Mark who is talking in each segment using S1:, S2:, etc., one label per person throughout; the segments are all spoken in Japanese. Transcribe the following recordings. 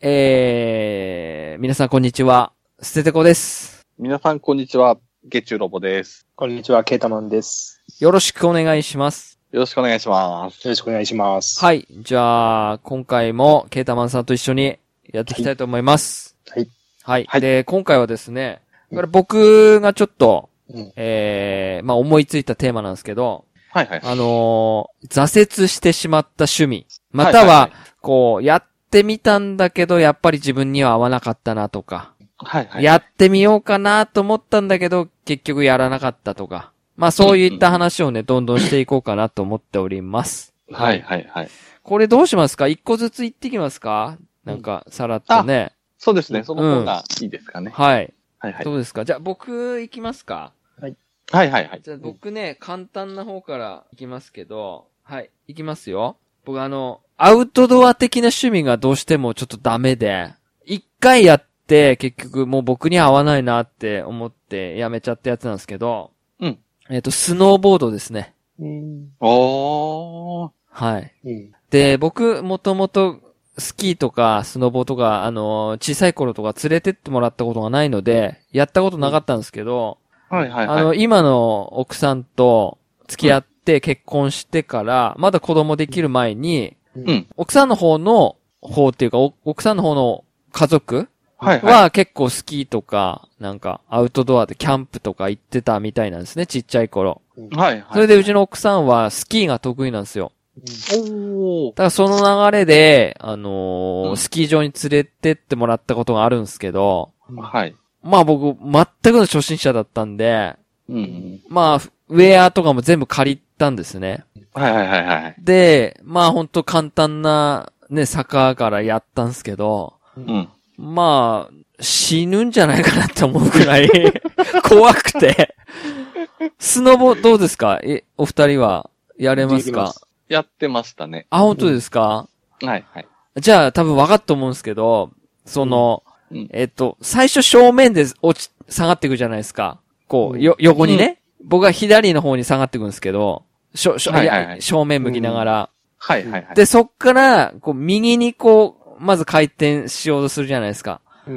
S1: えー、皆さんこんにちは。ステテコです。
S2: 皆さん、こんにちは。月中ロボです。
S3: こんにちは、ケータマンです。
S1: よろしくお願いします。
S2: よろしくお願いします。
S3: よろしくお願いします。い。
S1: はい。じゃあ、今回もケータマンさんと一緒にやっていきたいと思います。
S3: はい。
S1: はい。
S2: はい
S1: で、今回はですね、これ僕がちょっと、
S3: うん。
S1: えー、まあ、思いついたテーマなんですけど、
S2: はいはい。
S1: あのー挫折してしまった趣味、または、こう、やってみたんだけど、やっぱり自分には合わなかったなとか、
S2: はいはい、はいはい。
S1: やってみようかなと思ったんだけど、結局やらなかったとか。まあそういった話をね、どんどんしていこうかなと思っております。
S2: はいはいはい。
S1: これどうしますか一個ずつ言ってきますかなんか、さらっとね。
S2: そうですね。その方がいいですかね。
S1: はい。
S2: はいはい。
S1: どうですかじゃあ僕行きますか
S2: はいはいはい。
S1: じゃあ僕ね、簡単な方から行きますけど、はい、行きますよ。僕あの、アウトドア的な趣味がどうしてもちょっとダメで、一回やって結局もう僕に合わないなって思ってやめちゃったやつなんですけど、
S2: うん。
S1: えっ、と、スノーボードですね。
S3: うん。
S2: おー。
S1: はい。
S3: うん。
S1: で、僕、もともと、スキーとか、スノボとか、あの小さい頃とか連れてってもらったことがないので、やったことなかったんですけど、
S2: はいはいはい。
S1: あの、今の奥さんと付き合って結婚してから、まだ子供できる前に、
S2: うん。
S1: 奥さんの方の方っていうか、お奥さんの方の家族
S2: はいはい。
S1: は結構スキーとか、なんかアウトドアでキャンプとか行ってたみたいなんですね、ちっちゃい頃。
S2: はいはい。
S1: それでうちの奥さんはスキーが得意なんですよ。
S2: おー。
S1: だからその流れで、あのー
S2: うん
S1: スキー場に連れてってもらったことがあるんですけど、
S2: はい。
S1: まあ僕、全くの初心者だったんで、
S2: うん。
S1: まあ、ウェアとかも全部借りたんですね。
S2: はいはいはいはい。
S1: で、まあほんと簡単なね、坂からやったんすけど、
S2: うん。
S1: まあ、死ぬんじゃないかなって思うくらい、 怖くて。スノボどうですかえ、お二人はやれます
S3: でき
S1: か
S3: ます
S2: やってましたね。
S1: あ、本当ですか、
S2: はいはい。
S1: じゃあ多分分かったと思うんですけど、その、
S2: うんうん
S1: えっと、最初正面で落ち、下がっていくじゃないですか。こ
S3: う
S1: う、
S3: ん
S1: よ、横にね。僕は左の方に下がっていくんですけど、しょ、しょ、
S2: はいいはいはい
S1: や正面向きながら。
S2: はいはいはい。
S1: で、そっから、こう、右にこう、まず回転しようとするじゃないですか。
S3: うん。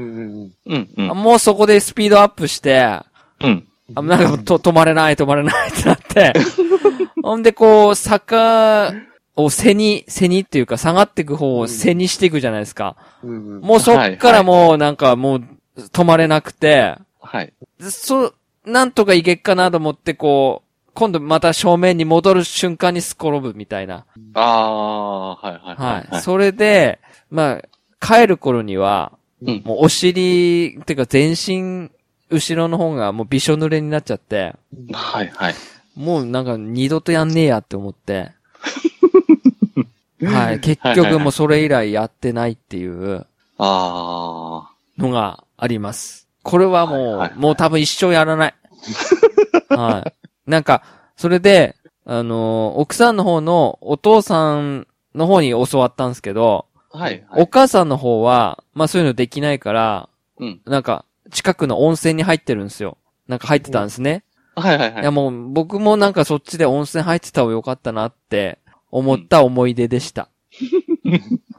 S2: うんうん。
S1: もうそこでスピードアップして、あ
S2: うん。
S1: なんかもうと、止まれない、止まれないってな って。ほんで、こう、坂を背に、背にっていうか、下がっていく方を背にしていくじゃないですか。
S3: うん。
S1: もうそっからもう、なんかもう、止まれなくて、
S2: はい。
S1: そう、なんとかいけっかなと思って、こう、今度また正面に戻る瞬間にすころぶみたいな。
S2: あー。はいはい
S1: は
S2: はい
S1: い。
S2: はい。
S1: それで、まあ、帰る頃には、
S2: うん
S1: もうお尻、てか全身、後ろの方がもうびしょ濡れになっちゃって、
S2: はいはい。
S1: もうなんか二度とやんねえやって思 って。はい。結
S2: はいはいは
S1: 局
S2: い
S1: もうそれ以来やってないっていう
S2: あ
S1: のがあります。これはもう、
S2: はいはい
S1: もう多分一生やら ない。はい。なんか、それで、あのー奥さんの方のお父さんの方に教わったんですけど、
S2: ー。はいは
S1: お
S2: い。
S1: 母さんの方は、まあそういうのできないから、
S2: うん。
S1: なんか、近くの温泉に入ってるんですよ。なんか入ってたんですね。
S2: はいはい
S1: い、
S2: はい
S1: や。もう、僕もなんかそっちで温泉入ってた方がよかったなって、思った思い出で した。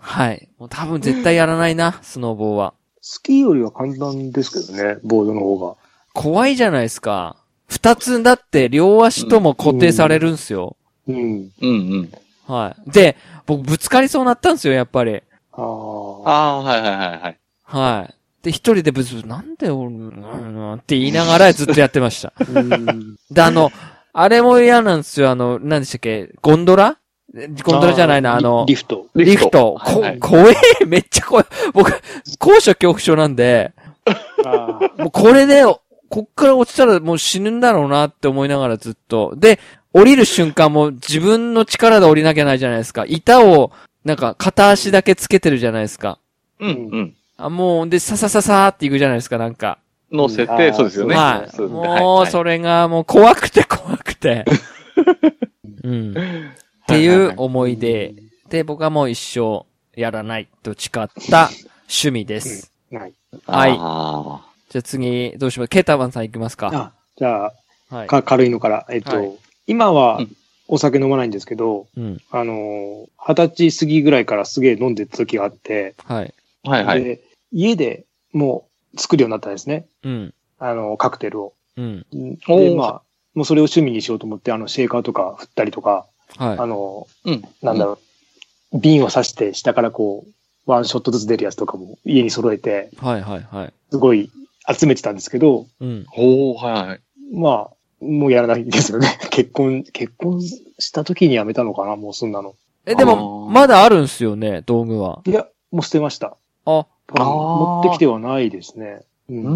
S1: はい。もう多分絶対やらないな、スノーボーは。
S3: スキーよりは簡単ですけどね、ボードの方
S1: 怖いじゃないですか。二つだって両足とも固定されるんすよ。
S3: が。うん。
S2: うんうん。
S1: はい。で、僕ぶつかりそうになったんですよ、やっぱり。
S3: ああ。
S2: あー、はいはいはいはい。
S1: はい。で、一人でブツブツ、なんで俺、うん、って言いながらずっとやってま した。
S3: うん。
S1: で、あの、あれも嫌なんですよ、あの、何でしたっけ、ゴンドラえゴンドラじゃないな、あの、
S3: リフト。
S1: リフト。
S2: はい
S1: こ
S2: はい
S1: 怖え、めっちゃ怖い。僕、高所恐怖症なんで、
S3: あ
S1: もうこれで、こっから落ちたらもう死ぬんだろうなって思いながらずっと。で、降りる瞬間も自分の力で降りなきゃないじゃないですか。板を、なんか片足だけつけてるじゃないですか。
S2: うんうん。
S1: あ、もう、で、ささささーっていくじゃないですか、なんか。
S2: 乗せ
S3: あ
S2: て、
S3: ー
S2: そうですよね。
S1: は
S2: そ
S1: い。
S2: うですね
S1: もう、それがもう怖くて怖く て。うん。っていう思い出。で、僕はもう一生やらないと誓った趣味です。
S3: あ。はい。
S1: はい
S2: あ
S1: じゃあ次、どうしますケータバンさん行きますか。
S3: あ、じゃあ、
S1: はい。
S3: か、軽いのから。えっと、
S1: はい
S3: 今は
S2: うん
S3: お酒飲まないんですけど、
S1: うん。
S3: あのー、二十歳過ぎぐらいからすげえ飲んでた時があって、
S1: はい。
S2: はいはい。
S3: で、家でもう作るようになったんですね。
S1: うん。
S3: あの、カクテルを。
S1: うん。
S2: お
S3: で、
S2: ー
S3: まあ、もうそれを趣味にしようと思って、あの、シェーカーとか振ったりとか、あ
S1: は
S3: の、
S2: うん。
S3: なんだろう、瓶を刺して下からこう、ワンショットずつ出るやつとかも家に揃えて、
S1: い。はいはいはい。
S3: すごい集めてたんですけど、
S1: うん。
S2: おー、はいはい。
S3: まあ、もうやらないんですよね。 結婚、結婚した時にやめたのかな、もうそんなの。
S1: え、でも、
S2: あー
S1: まだあるんすよね、道具は。
S3: いや、もう捨てました。
S1: あ、
S3: 多分
S2: あー
S3: 持ってきてはないですね。
S2: う
S3: う
S2: ー。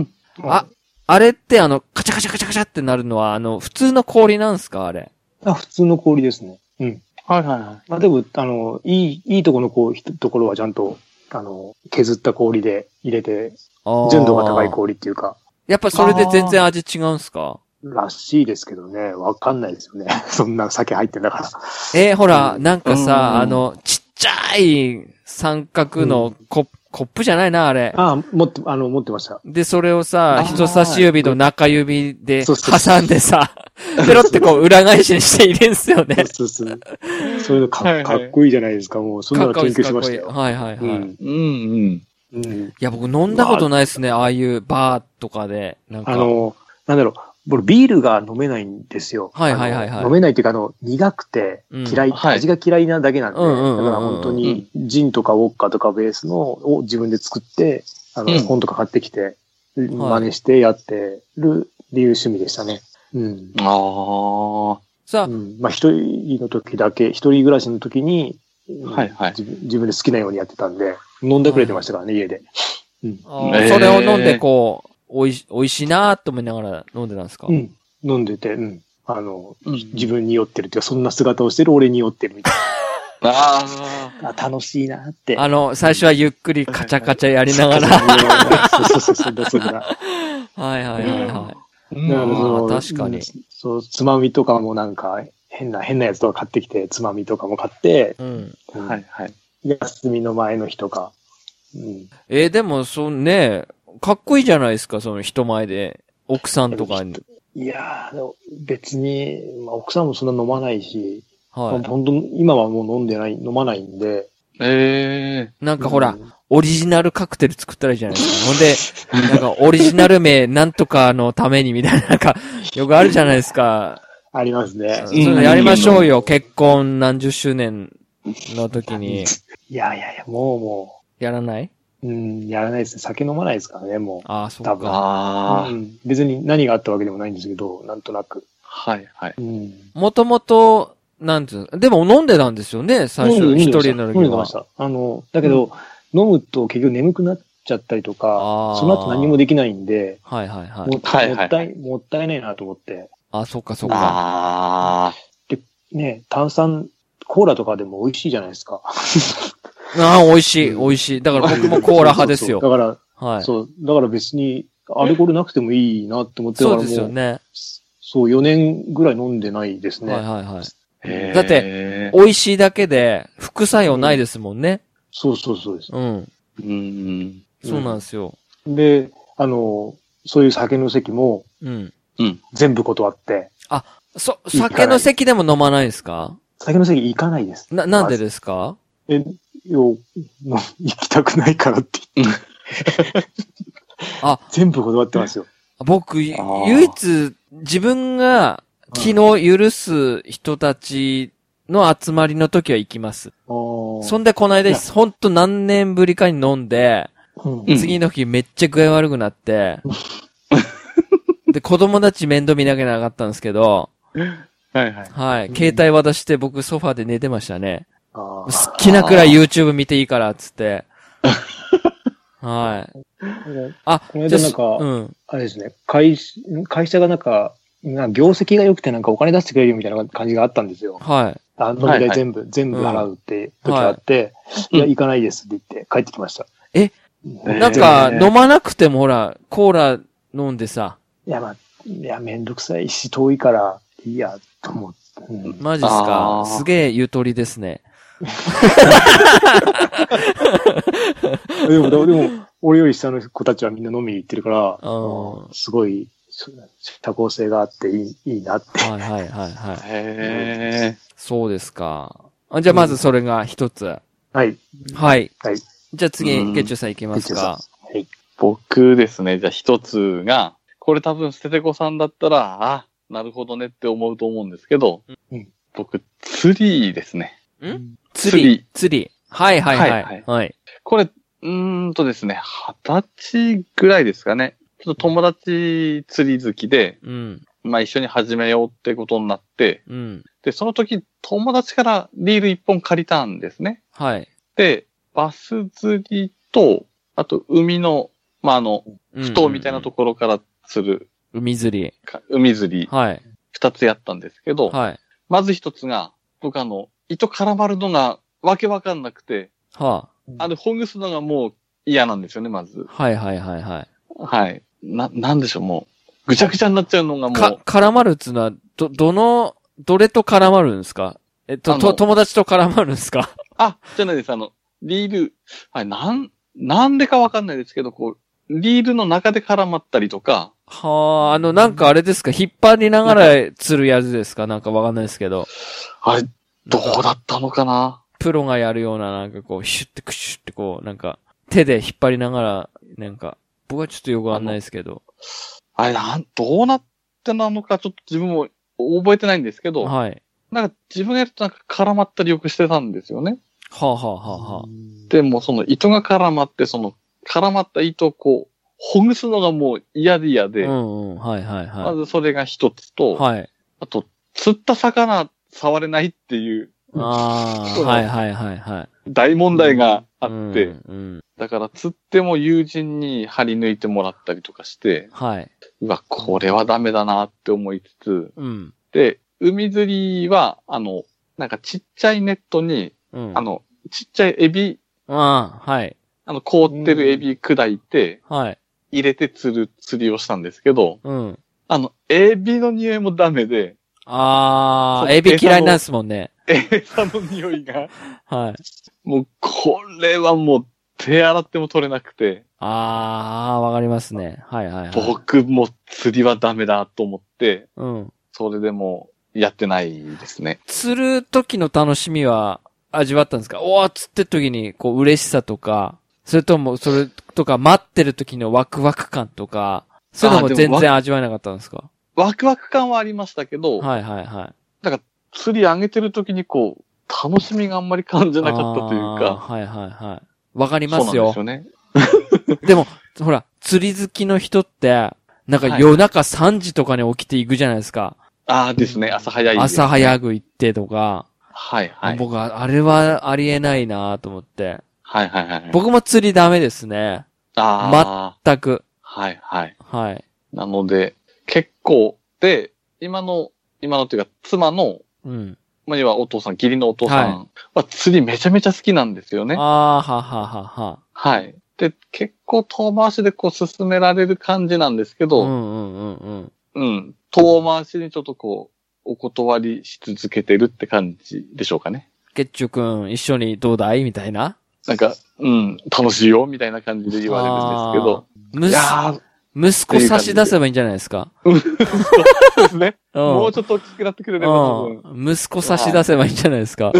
S2: ん。
S1: あ、あれってあの、カチャカチャカチャカチャってなるのは、あの、普通の氷なんすかあれ。
S3: あ、普通の氷ですね。うん。
S2: はいはいはい。
S3: まあでも、あの、いい、いいとこのこう、ひとところはちゃんと、あの、削った氷で入れて、
S1: あー
S3: 純度が高い。氷っていうか、
S1: やっぱそれで全然味違うんすから
S3: しいですけどね、わかんないですよね。 そんな酒入ってんだから。
S1: えーほら、なんか
S2: うん
S1: さ、あの、ちっちゃい三角のコ,、コップじゃないな、あれ。
S3: あ、持って、あの、持ってました。
S1: で、それを
S2: あ
S1: さ、
S2: ー
S1: 人差し指と中指で
S3: そうそうそう
S1: 挟んでさ、 ペロってこう裏返しにして入れんすよね。
S3: そうそうそう。そうい
S2: は
S3: うのか
S2: い
S3: か
S2: はい
S3: っこいいじゃないですか。もう、そんな
S1: かっ
S3: の
S1: こいい
S3: 研
S1: です
S3: 究
S1: か
S3: し
S1: っこいい。
S3: ましたよ。
S1: はいはいはい。
S3: う
S1: い
S3: ん。
S2: うんうん。
S3: うん。
S1: や、僕飲んだことないですね、ああいうバーとかで。なんか。
S3: あの、なんだろう、僕ビールが飲めないんですよ。
S1: はいはいはいはい
S3: あの飲めないっていうか、あの、苦くて
S1: うん
S3: 嫌い、
S2: はい
S3: 味が嫌いなだけなんで、
S1: うんうんうんうん
S3: だから本当にジンとかウォッカとかベースのを自分で作って、あの、
S2: うん
S3: 本とか買ってきて、真似してやってるっていう趣味でしたね。うん。
S2: ああ。は
S1: さ
S3: う、ん、まあ一人の時だけ、一人暮らしの時に、うん
S2: はいはい
S3: 自分自分で好きなようにやってたんで、飲んでくれてましたからね、家で。うん。
S1: あー
S2: えー
S1: それを飲んでこう、おいし、おいしいなーって思いながら飲んでたんですか、
S3: うん。飲んでて、うん。あの、自
S2: 自分。
S3: 分に酔ってるっていうか、そんな姿をしてる俺に酔ってるみたい
S2: あ
S3: な。あ楽しいなって。
S1: あの、最初はゆっくりカチャカチャやりながら。
S3: そうそうそう、そんな、そんな。だか
S1: はいはいはいは
S2: あ。
S3: らその
S1: あー確かに
S3: うんそう、つまみとかもなんか、変な、変なやつとか買ってきて、つまみとかも買って、
S1: い。うん。
S3: うん
S2: はいはい。
S3: 休みの前の日とか。うん。
S1: えーでも、そうね、かっこいいじゃないですか、その人前で。奥さんとかに。
S3: いやー、でも別に、まあ、奥さんもそんな飲まないし、ま
S1: は
S3: あ本当今はもう飲んでない、飲まないんで。
S2: ええ。
S1: い。なん
S3: な
S1: かほら、オリジナルカクテル作ったらいいじゃないですか。ほんで、なんかオリジナル名なんとかのためにみたいな、なんか、よくあるじゃないですか。
S3: ありますね。
S1: そういうのやりましょうよ、結婚何十周年の時に。
S3: いやいやいや、もうも、
S1: やらないう
S3: うん、やらないですね。酒飲まないですからね、もう。
S1: ああ、そう
S3: 多分
S1: か。
S2: ああ。
S3: うん、別に何があったわけでもないんですけど、なんとなく。
S2: はいはい。
S3: うん。
S1: もともと、なんていうの、でも飲んでたんですよね、最
S3: 飲ん
S1: 初、一
S3: で飲んで
S1: 人の
S3: 飲ん
S1: 時
S3: でま
S1: は
S3: し。た。あの、だけど、飲むと結局眠くなっちゃったりと
S1: あ
S3: か
S1: ー、
S3: その後何もできないんで、
S1: はいはいはい。
S3: もも
S2: はいはい
S3: ったい、もったいないなと思って。
S1: あ、そっかそっか。
S2: あ
S3: ね、炭酸、コーラとかでも美味しいじゃないですか。
S1: ああ、美味しい、美味しい。だから僕もコーラ派です
S3: そう
S1: よ。
S3: そう だか
S1: は
S3: ら、
S1: い。
S3: そう、だから別に、アルコールなくてもいいなって思って、
S1: そうですよ
S3: だからもう
S1: ね。
S3: そう、4年ぐらい飲んでないですね。
S1: はいはいはい。
S2: あ。
S1: だって
S2: て、
S1: 美味しいだけで、副作用ないですもんね。
S3: そうそうそうです。
S1: うん。
S2: うん。
S1: そうなんですよ。
S3: で、あの、そういう酒の席も
S1: うん。
S3: 全部断って、
S1: そ、
S3: いかない
S1: 酒の席でも飲まないですか
S3: 酒の席行かないです。
S1: な、なんでですか
S3: え、よ、もう行きたくないからって言って。
S1: あ
S3: 全部断ってますよ。
S1: 僕、唯
S2: あー
S1: 一、自分が気の許す人たちの集まりの時は行きます。そ
S3: そ
S1: んで、この
S3: い
S1: 間、
S3: や
S1: ほんと何年ぶりかに飲んで、
S3: うん
S2: うん
S1: 次の日めっちゃ具合悪くな って、で、子供たち面倒見なきゃなかったんですけど、
S2: はいはい。
S1: はい、
S3: うん
S1: 携帯渡して僕ソファで寝てましたね。
S3: あ
S1: 好きなくらい YouTube 見ていいから、つ って。はい。
S3: ー
S1: あ、
S3: この
S1: じ
S3: 間
S1: ゃあ
S3: なんか
S1: うん。
S3: あれですね、会社会社がなんか、なんか業績が良くてなんかお金出してくれるみたいな感じがあったんですよ。
S1: はい。
S3: あ飲み
S2: はい
S3: 代
S2: はい
S3: 全部、全部払うって時があって、
S2: うん
S3: いや、行かないですって言って帰ってきました。
S1: え
S3: うん
S1: なんか、飲まなくてもほら、コーラ飲んでさ、
S3: いや、まあ、いや、めんどくさいし、遠いから、いいや、と思って。 うん
S1: マジっすか
S2: あー
S1: すげえゆとりですね。
S3: でも、でも、でも俺より下の子たちはみんな飲みに行ってるから、
S1: ー
S3: すごい、そ多幸性があっていいいいなって。
S1: はいはいはいはい。
S2: へえ。
S1: そうですか。あじゃあまずそれが一つ。
S3: はい。
S1: はい。
S3: はい。
S1: じゃあ次、
S2: うん
S1: ゲッチュさんいきますか。
S3: はい。
S2: 僕ですね、じゃあ一つが、これ多分捨ててこさんだったら、あ、なるほどねって思うと思うんですけど、
S3: うん
S2: 僕、ツリーですね。
S1: ん
S2: 釣
S1: 釣
S2: り
S1: り。釣り。はいはいはい。は
S2: はいい
S1: は
S2: はいい。
S1: はい
S2: これ、うーんとですね、二十歳ぐらいですかね。ちょっと友達釣り好きで、
S1: うん。
S2: まあ一緒に始めようってことになって、
S1: うん。
S2: で、その時友達からリール一本借りたんですね。
S1: はい。
S2: で、バス釣りと、あと海の、まああの、
S1: ふ
S2: ふ頭みたいなと
S1: こ。
S2: ころから釣る、
S1: 海釣り。
S2: か海釣り、
S1: はい。
S2: 二つやったんですけど、
S1: はい。
S2: まず一つが、僕あの、糸絡まるのがわけわかんなくて、
S1: は
S2: あの、ほぐすのがもう嫌なんですよね、まず
S1: あ。。はいはいはいは
S2: はい。な、なんでしょう、もう。ぐちゃぐちゃになっちゃうのが
S1: い。
S2: も
S1: か
S2: う、、
S1: 絡まるっつうのは、ど、どの、どれと絡まるんですかえっと、
S2: あの
S1: と、友達と絡まるんですか
S2: あ、じゃないです、あの、リール、はい、なん、なんでかわかんないですけど、こう、リールの中で絡まったりとか、
S1: はあ、あの、なんかあれですか引っ張りながら釣るやつですかなんかわかんないですけど。
S2: あれ、どうだったのかな
S1: プロがやるような、なんかこう、シュッてクシュッてこう、なんか、手で引っ張りながら、なんか、僕はちょっとよくわかんないですけど。
S2: あれ、なん、どうなってなのか、ちょっと自分も覚えてないんですけど、
S1: はい。
S2: なんか自分がやるとなんか絡まったりよくしてたんですよね。
S1: はあ、はあはあはあ、
S2: でもその糸が絡まって、その絡まった糸をこう、ほぐすのがもう嫌で嫌で、
S1: うんうん、はいはい
S2: ま
S1: は
S2: ずそれが一つと、
S1: い。はい。
S2: あと、釣った魚触れないっていう
S1: ああ、
S2: そう
S1: はいはいはいはい。
S2: 大問題があって、
S1: うん、うん
S2: だから釣っても友人に張り抜いてもらったりとかして、
S1: はい。
S2: うわ、これはダメだなって思いつつ、
S1: うん。
S2: で、海釣りは、あの、なんかちっちゃいネットに、
S1: うん。
S2: あ、の、ちっちゃいエビ、
S1: ああ、はい。
S2: あの、凍ってるエビ砕いて、
S1: はい。
S2: 入れて釣る釣りをしたんですけど、
S1: うん。
S2: あの、エビの匂いもダメ で、
S1: ああ、
S2: そう
S1: エビ嫌いなんですもんね。
S2: 餌の匂いが、
S1: はい。
S2: もう、これはもう、手洗っても取れなくて、
S1: ああ、わかりますね。はいはいはい。
S2: 僕も釣りはダメだと思って、
S1: うん。
S2: それでもやってないですね。
S1: 釣る時の楽しみは味わったんですかおー、釣ってる時に、こう、嬉しさとか、それとも、それとか、待ってる時のワクワク感とか、そういうのも
S2: あーでも
S1: 全
S2: わ
S1: 然味わえなかったんですか
S2: ワクワク感はありましたけど、
S1: はいはいはい。
S2: 釣り上げてる時にこう、楽しみがあんまり感じなかったという
S1: あ
S2: か、
S1: ーはいはいはい。わかりま
S2: そうな
S1: す
S2: んで
S1: よ
S2: す。よね。
S1: でも、ほら、釣り好きの人って、なんか
S2: はい
S1: 夜中3時とかに起きて行くじゃないですか。
S2: ああですね、朝早い。
S1: 朝早く行ってとか。
S2: はいはい。
S1: 僕は、あれはありえないなと思って。
S2: はいはいはい。
S1: 僕も釣りダメですね。
S2: ああ、
S1: 全く。
S2: はいはい。
S1: はい。
S2: なので、結構、で、今の、今のというか、妻の、
S1: うん。
S2: まあ、要はお父さん、義理のお父さ
S1: は
S2: んは釣りめちゃめちゃ好きなんですよね。
S1: あーはははは。
S2: はい。で、結構遠回しでこう進められる感じなんですけ
S1: うん
S2: ど、
S1: うんうんうん。
S2: うん、遠回しにちょっとこう、お断りし続けてるって感じでしょうかね。
S1: ケッチュ君、一緒にどうだいみたいな。
S2: なんか、うん、楽しいよ、みたいな感じで言われるんですけど。
S1: む
S2: い
S1: す、
S2: やー
S1: 息子差し出せばいいんじゃないですか。
S2: そうですね。
S1: うん。
S2: もうちょっと大きくなってくれれば多分、
S1: うん。息子差し出せばいいんじゃないですか。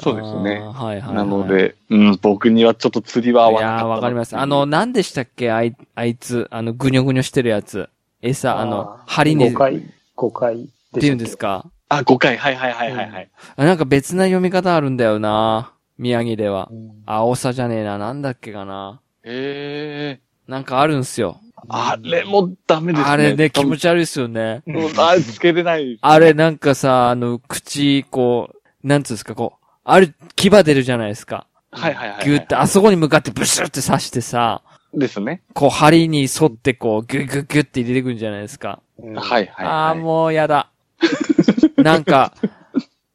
S2: そうですね。
S1: あーはいはい、はい。
S2: なので、うん、僕にはちょっと釣りは合
S1: い
S2: わなか
S1: や
S2: っ
S1: ー、
S2: たな
S1: わかります。あの、、何でしたっけあい、あいつ、あの、ぐにょぐにょしてるやつ。餌、あの、
S3: あー
S1: 針に、っ
S3: 誤解、誤解でした
S1: て
S3: っ
S1: 言
S3: け
S1: うんですか
S2: あ、5回、はいはいはいはいはい。
S1: あなんか別な読み方あるんだよな宮城では
S3: う。ん
S1: 青さじゃねえな、なんだっけかな。
S2: ええ
S1: なんかあるんすよ。
S2: あれもダメですね。
S1: あれね、気持
S2: ち、
S1: ち悪いっすよね。
S2: うんあ、つけれない。
S1: あれなんかさ、あの、口、こう、なんつうんですか、こう、ある、牙出るじゃないですか。
S2: はいはいはいはい。
S1: ギュって、あそこに向かってブシュって刺してさ、
S2: ですね。
S1: こう、針に沿ってこう、ギュギュギュって入れてくんじゃないですか。
S3: うん
S2: はいはい。
S1: ああ、
S2: う。
S1: もうやだ。なんか、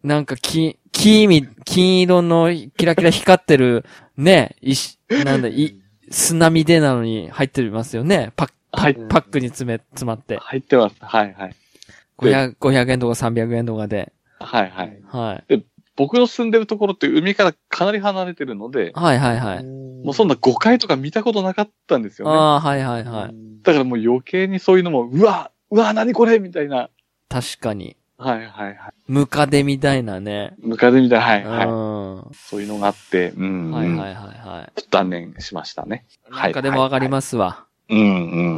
S1: なんか、金、金み、金色のキラキラ光ってる、ね、石、なんだ、い、砂みでなのに入ってますよね。パッ、パ
S2: はい
S1: ッパックに詰め、詰まって。
S2: 入ってます。はいはい。
S1: 500、500円とか300円とかで。
S2: はいはい。
S1: はい。
S2: 僕の住んでるところって海からかなり離れてるので、
S1: はいはいはい。
S2: もうそんな誤解とか見たことなかったんですよね。
S1: ああ、はいはいはい。
S3: い。
S2: だからもう余計にそういうのも、うわうわ何これみたいな、
S1: 確かに。
S2: はいはいはい。
S1: ムカデみたいなね。
S2: ムカデみたいな、はいうはい。
S1: ん。は
S2: そういうのがあって、うん、
S1: い
S2: は
S1: はいい
S2: は。
S1: はいいは
S2: ちょっと断念しましたね。
S1: い。なんかでもわかりますわ。
S2: うんう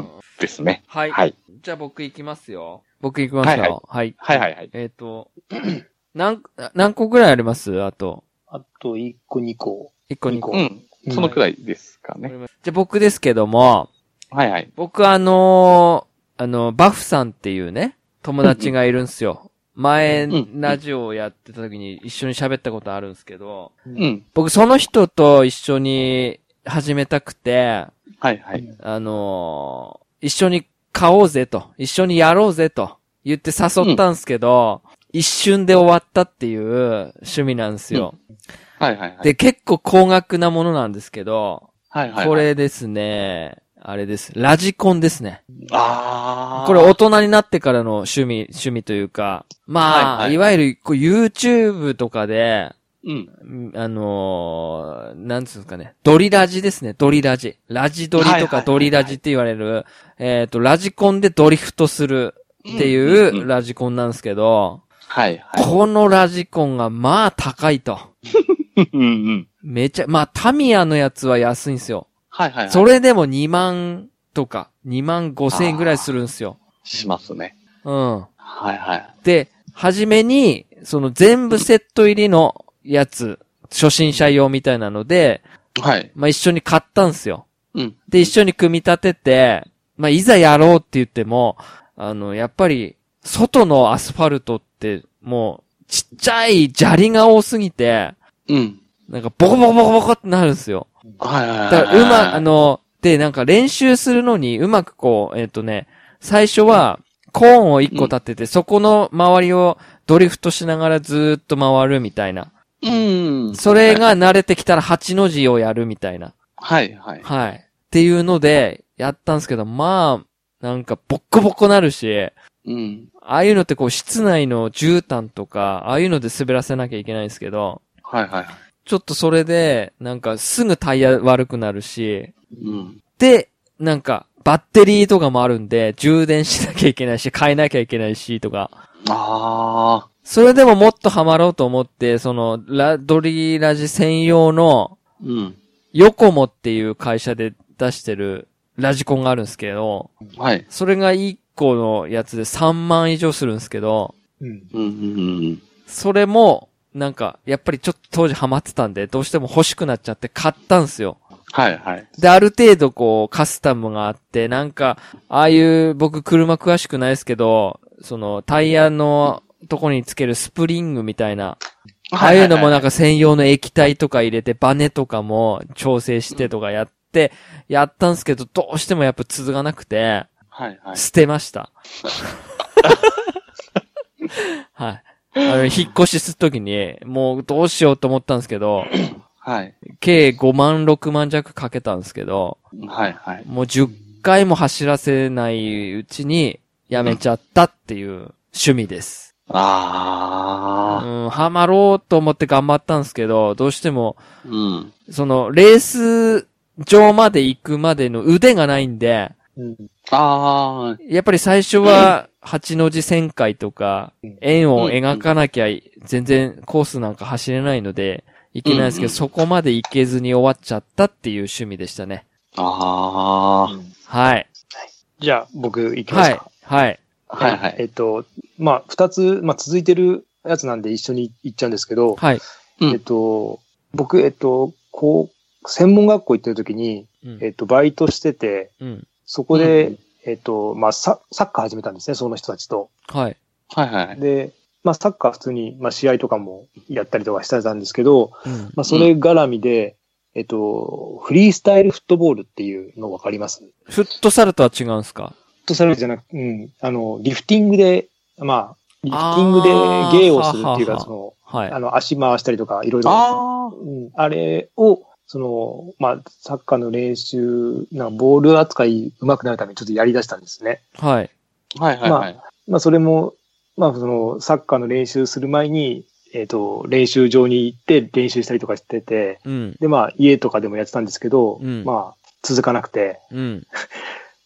S2: ん。ですね。
S1: は。
S2: はいい。
S1: じゃあ僕行きますよ。僕行きますよ。はい。
S2: はいはいはい。
S1: えっと、 何、何個ぐらいありますあと。
S3: あと、1個、2個。
S1: 1個2個。
S3: こ
S1: わ
S2: う
S3: う
S2: ん。
S3: うん
S2: そのくらいですか
S1: か
S2: ね。
S1: りましたじゃあ僕ですけども、
S2: はいはい。
S1: 僕あのーあの、バフさんっていうね、友達がいるんすよ。前
S2: うんう、ん
S1: ラジオをやってた時に一緒に喋ったことあるんすけど、
S3: う
S2: う。ん。
S1: 僕その人と一緒に始めたくて、
S2: はいはい。
S1: あのー一緒に買おうぜと、一緒にやろうぜと言って誘ったんすけど、一瞬で終わったっていう趣味なんですよ。
S2: はいはいはい。
S1: で、結構高額なものなんですけど、
S2: はいはいはい。
S1: こ。れですね、あれです。ラジコンですね。
S2: ああ。
S1: これ大人になってからの趣味、趣味というか、まあ、
S2: はい
S1: い
S2: はい
S1: わゆるこう YouTube とかで、
S2: う
S1: ん
S2: ん。
S1: あのーなんつうんですかね、ドリラジですね、ドリラジ。ラジドリ
S2: はい
S1: と
S2: はいはいは
S1: か
S2: い
S1: ドリラジって言われる、えっと、ラジコンでドリフトするって
S2: ん
S1: い
S2: ん
S1: うんラジコンなんですけど、
S2: はいは
S1: このラジコンがまあ高いと。
S2: い。うんうん。
S1: めちゃ、まあ、タミヤのやつは安いんですよ。
S2: はいはいはい。
S1: それでも2万とか、2万5千円ぐらいするんですよ。
S2: しますね。
S1: うん。
S2: はいはい。
S1: で、はじめに、その全部セット入りのやつ、初心者用みたいなので、
S2: はい。
S1: まあ、一緒に買ったんすよ。
S2: うん。
S1: で、一緒に組み立てて、まあ、いざやろうって言っても、あの、やっぱり、外のアスファルトって、もう、ちっちゃい砂利が多すぎて、
S2: うん。
S1: なんかボコボコボコボコってなるんすよ。
S2: はいはいは
S1: だ
S2: い。
S1: から、うま、あ、の、で、なんか練習するのに、うまくこう、えっ、とね、最初は、コーンを一個立てて、そこの周りをドリフトしながらずーっと回るみたいな。
S2: うん。
S1: それが慣れてきたら8の字をやるみたいな。
S2: はいはい。
S1: はい。っていうので、やったんですけど、まあ、なんかボッコボコなるし、
S2: うん。
S1: ああいうのってこう室内の絨毯とか、ああいうので滑らせなきゃいけないんですけど、
S2: はいはいは
S1: ちょっとそれで、なんかすぐタイヤ悪くなるし、
S2: い。うん。
S1: で、なんか、バッテリーとかもあるんで、充電しなきゃいけないし、変えなきゃいけないし、とか。
S2: あ
S1: それでももっとハマろうと思って、その、ラ、ドリラジ専用の、
S2: あ。うん。
S1: ヨコモっていう会社で出してるラジコンがあるんですけど、
S2: はい。
S1: それが1個のやつで3万以上するんですけど、
S3: うん。
S2: うんうんうん。
S1: それも、なんか、やっぱりちょっと当時ハマってたんで、どうしても欲しくなっちゃって買ったんすよ。
S2: はいはい。
S1: で、ある程度こう、カスタムがあって、なんか、ああいう、僕車詳しくないですけど、その、タイヤのとこにつけるスプリングみたいな、ああいうのもなん
S2: か、
S1: か専用の液体とか入れて、バネとかも調整してとかやって、やったんすけど、どうしてもやっぱ続かなくて、
S2: はいはい。
S1: 捨てました。はい。あの、引っ越しするときに、もうどうしようと思ったんですけど、
S2: はい。
S1: 計5万6万弱かけたんですけど、
S2: はいはい。
S1: もう10回も走らせないうちにやめちゃったっていう趣味です。う
S2: ああ。
S1: ん、ハマろうと思って頑張ったんですけど、どうしても、
S2: うん。
S1: その、レース場まで行くまでの腕がないんで、
S3: うん。
S2: ああ。
S1: やっぱり最初は、八の字旋回とか
S3: うん、
S1: 円を描かなきゃ、全然コースなんか走れないので、いけないですけ
S2: うんう
S1: ど、
S2: ん
S1: そこまで行けずに終わっちゃったっていう趣味でしたね。
S2: あ
S1: はい。
S3: じゃあ、僕、行きま
S1: は
S3: す
S1: い
S3: か。。
S1: はい。
S2: あ。はいは
S3: え
S2: い。
S3: っと、まあ、二つ、まあ、続いてるやつなんで一緒に行っちゃうんですけど、
S1: はい。
S2: うん
S3: えっと、僕、えっと、こう、専門学校行ってる時に、
S1: うん
S3: えっと、バイトしてて、
S1: うん。
S3: そこで、
S2: うん
S3: えっと、まあサ、サッカー始めたんですね、その人たちと。
S1: はい。
S2: はいはい。
S3: で、まあ、サッカー普通に、まあ、試合とかもやったりとかしてたんですけど、
S1: うん
S3: まあ、それ絡みで、えっと、フリースタイルフットボールっていうの分かりますフッ
S1: フットサルとは違うんすか
S3: トサルじゃなく、うん、あの、リフティングで、まあ、リフティングで芸をするっていう
S1: あーははは
S3: か、その、
S1: はい。
S3: あの、足回したりとか、いろいろ、
S2: ああ。
S3: うん、あれを、その、まあ、サッカーの練習、なんかボール扱い上手くなるためにちょっとやり出したんですね。
S1: はい。
S2: はいはいはい。
S3: まあ、それも、まあ、その、サッカーの練習する前に、えっ、と、練習場に行って練習したりとかしてて、
S1: うん。
S3: で、まあ、家とかでもやってたんですけど、
S1: うん
S3: まあ、続かなくて、
S1: うん。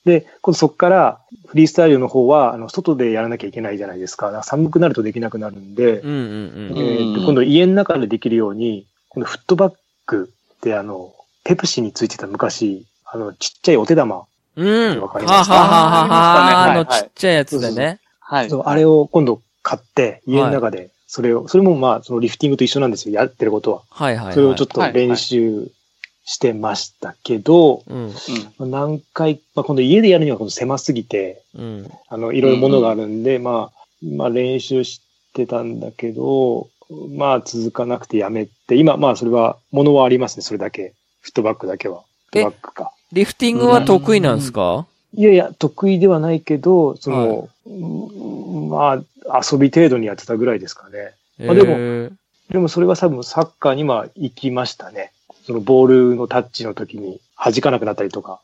S3: で、今度そこから、フリースタイルの方は、あの、外でやらなきゃいけないじゃないですか。だから寒くなるとできなくなるんで、
S1: うんうんうん。
S3: えー
S2: うん
S3: と今度家の中でできるように、このフットバッグってあの、ペプシについてた昔、あの、ちっちゃいお手玉、
S1: うん。
S3: わかり
S1: はあ、はあ
S3: ました
S1: はあはあ、あ
S2: あり
S1: の
S2: ましたねはいはい
S1: ちっちゃいやつでね。
S2: はい。
S3: そうあれを今度買って、家の中で、それを、それもまあ、そのリフティングと一緒なんですよ、やってることは。
S1: はいはいはい。
S3: それをちょっと
S2: はい
S3: 練習してましたけど、
S1: うん。
S2: うん
S3: まあ何回、まあ、今度家でやるには今度狭すぎて、
S1: うん。
S3: あの、いろいろものがあるんで、まあ、まあ練習してたんだけど、まあ続かなくてやめて、今、まあそれは、ものはありますね、それだけ。フットバックだけは。フ
S1: え
S3: ットバックか。
S1: リフティングは得意なんですか
S3: いやいや、得意ではないけど、その、うんまあ、遊び程度にやってたぐらいですかね。
S1: え
S3: んあでも
S1: ー
S3: でもそれは多分サッカーには行きましたね。そのボールのタッチの時に弾かなくなったりとか、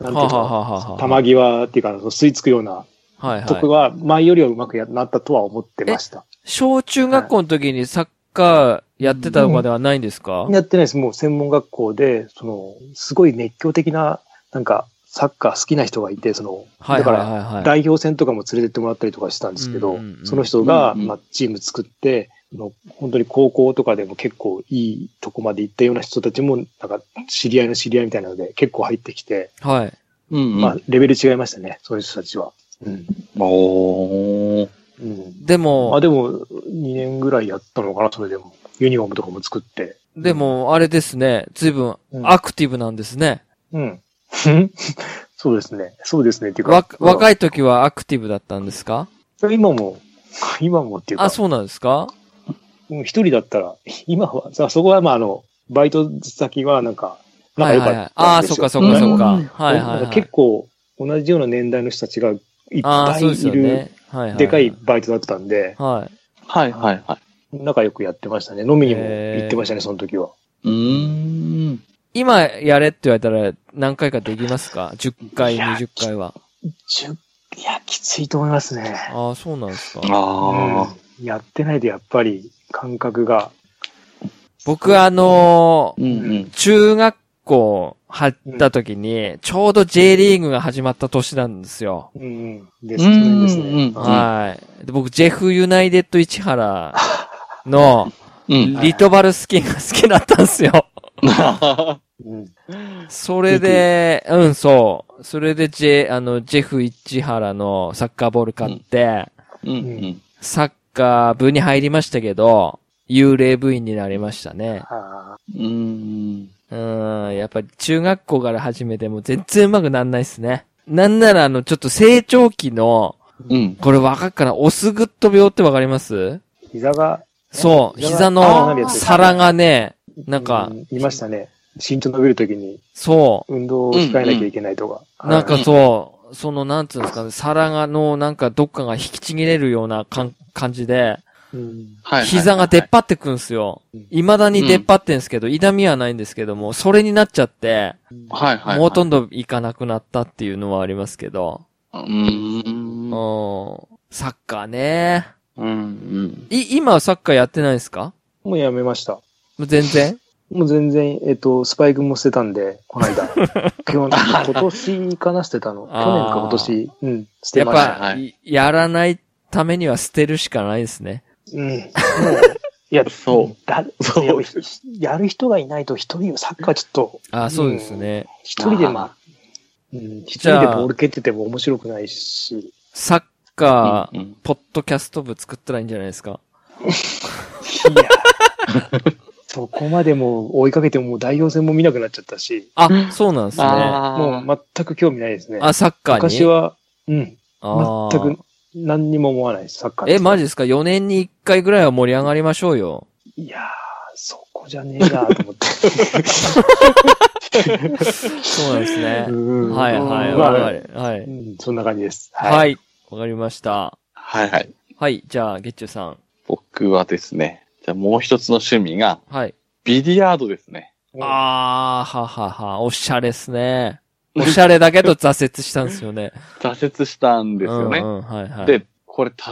S3: なんていう
S1: はあはあはあは
S3: の
S1: あ、
S3: 玉際っていうか、その吸い付くような
S1: はいは
S3: と
S1: い
S3: こ。は前よりはうまくやなったとは思ってました。
S1: 小中学校の時にサッカーやってたとかではないんですか、
S3: やってないです。もう専門学校で、その、すごい熱狂的な、なんか、サッカー好きな人がいて、その、
S1: はい
S3: だか
S1: はい
S3: ら、
S1: はいはい。
S3: 代表戦とかも連れてってもらったりとかしたんですけ
S1: う
S3: ど
S1: んうんう、ん
S3: その人が、
S2: うんうん
S3: まあ、チーム作って、あの本当に高校とかでも結構いいとこまで行ったような人たちも、なんか、知り合いの知り合いみたいなので、結構入ってきて、
S1: はい。
S2: うん。
S3: まあ、レベル違いましたね、そういう人たちは。うん。
S2: おー。
S3: うん。
S1: で
S3: まあ、
S1: も、
S3: でも、2年ぐらいやったのかな、それでも。ユニフォームとかも作って。
S1: でも、あれですね。随分
S3: うん
S1: アクティブなんですね。
S3: うん。 そうですね。そうですね。っていう
S1: わ
S3: か、、
S1: 若い時はアクティブだったんですか
S3: うん今も、今もっていうか、
S1: あ、そうなんですか
S3: うん一人だったら、今は、さそこはまああの、バイト先はなんか、仲
S1: はい
S3: 良
S1: は
S3: か
S1: い
S3: っ
S1: はい。あ
S3: たん
S1: あ、
S3: で
S1: そっ
S3: す
S1: か
S3: よ。
S1: そっかそっか。
S2: う
S1: は
S2: ん
S1: いはい
S3: なん
S1: は
S3: か
S1: い
S3: 結。構、同じような年代の人たちがいっ
S1: ああ、
S3: ぱ
S1: そう
S3: い
S1: です
S3: い
S1: よ
S3: る、
S1: ね。はいはい。
S3: でかい。バイトだったんで、
S1: はい。
S2: はいはいはい。
S3: 仲良くやってましたね。飲みにも
S1: へー
S3: 行ってましたね、その時は。
S2: うーん。
S1: 今やれって言われたら何回かできますか ?10 回、
S3: いや
S1: 20回は。
S3: ちゅいや、きついと思いますね。
S1: ああ、そうなんですか。
S2: ああ。
S3: うんやってないとやっぱり感覚が、
S1: 僕、あのー
S2: うんうん。
S1: 中学校入った時に、ちょうど J リーグが始まった年なんですよ。
S3: うん、ですね。ですね。
S2: うん
S1: はい。で僕、ジェフ・ユナイテッド・市原の
S2: うん。
S1: リトバルスキンが好きだったんですよ。
S3: うん
S1: それで、うん、そう。それで、ジェ、あの、ジェフ・市原のサッカーボール買って、
S2: うん。
S1: サッカー部に入りましたけど、幽霊部員になりましたね。
S3: あ
S2: うん。
S1: うん、やっぱり中学校から始めても全然うまくなんないっすね。なんならあの、ちょっと成長期の、
S2: うん。
S1: これわかっかな、オスグッド病ってわかります
S3: ー膝が、
S1: そう、膝
S3: 膝が
S1: の皿がね、なんか
S3: う、いましたね。身長伸びるときに
S1: そ
S3: 運動を控えなきゃいけないとか。
S1: う、なんか
S3: はい
S1: そう、そのなんつうんですかね、皿がの、なんかどっかが引きちぎれるような感感じで、
S3: うん
S2: はい。
S1: 膝が出っ張ってくんすよ
S3: うん。
S1: 未だに出っ張ってんすけど、痛みはないんですけども、それになっちゃって、
S2: はいはい。
S1: もうほとんどいかなくなったっていうのはありますけど。
S2: うん。
S1: うん。サッカーね。
S2: うん。
S1: い、今はサッカーやってないですか
S3: もうやめました。
S1: もう全 然
S3: もう全然、えっと、スパイクも捨てたんで、この 間。今日今年かな捨てたの。去
S1: あー
S3: 年か今年。うん、捨
S1: や
S3: て
S1: っ
S3: ました。
S1: ぱ、
S2: はい
S1: いやらないためには捨てるしかないですね。
S3: うん。もういや、
S2: そう。
S3: だ
S2: そう
S3: ややる人がいないと一人、サッカーちょっと、
S1: あそうですね。
S3: 一人でまあ
S2: あ、
S3: うん一
S1: じゃ
S3: 人
S1: あ
S3: でボール蹴ってても面白くないし、
S1: サッカー、
S2: うん。
S1: ポッドキャスト部作ったらいいんじゃないですか
S3: いや、 そこまでもう追いかけてももう代表戦も見なくなっちゃったし、
S1: あ、そうなんですね。あ、
S2: あ
S3: もう全く興味ないですね。
S1: サッカーに
S3: 昔は、うん、
S1: あ
S3: 全
S1: ー
S3: く何にも思わないです、サッカー
S1: え、マジ
S3: で
S1: ですか ?4 年に1回ぐらいは盛り上がりましょうよ。
S3: すいやー、そこじゃねえなと思って。
S1: そうなんですね。
S3: うん
S1: はいはい、
S3: ま
S1: わ
S3: あ
S1: かる。は
S3: う
S1: い。
S3: んそんな感じです。。
S1: はいい。わかりました。
S2: はいはい。
S1: はい、じゃあ、ゲッチュさん。
S2: 僕はですね、じゃあもう一つの趣味が、
S1: はい。
S2: ビリヤードですね。
S1: あー、ははは、おしゃれっすね。おしゃれだけど挫折したんですよね。
S2: 挫折したん ですよね。
S1: うんうん、はいはい。
S2: で、これ確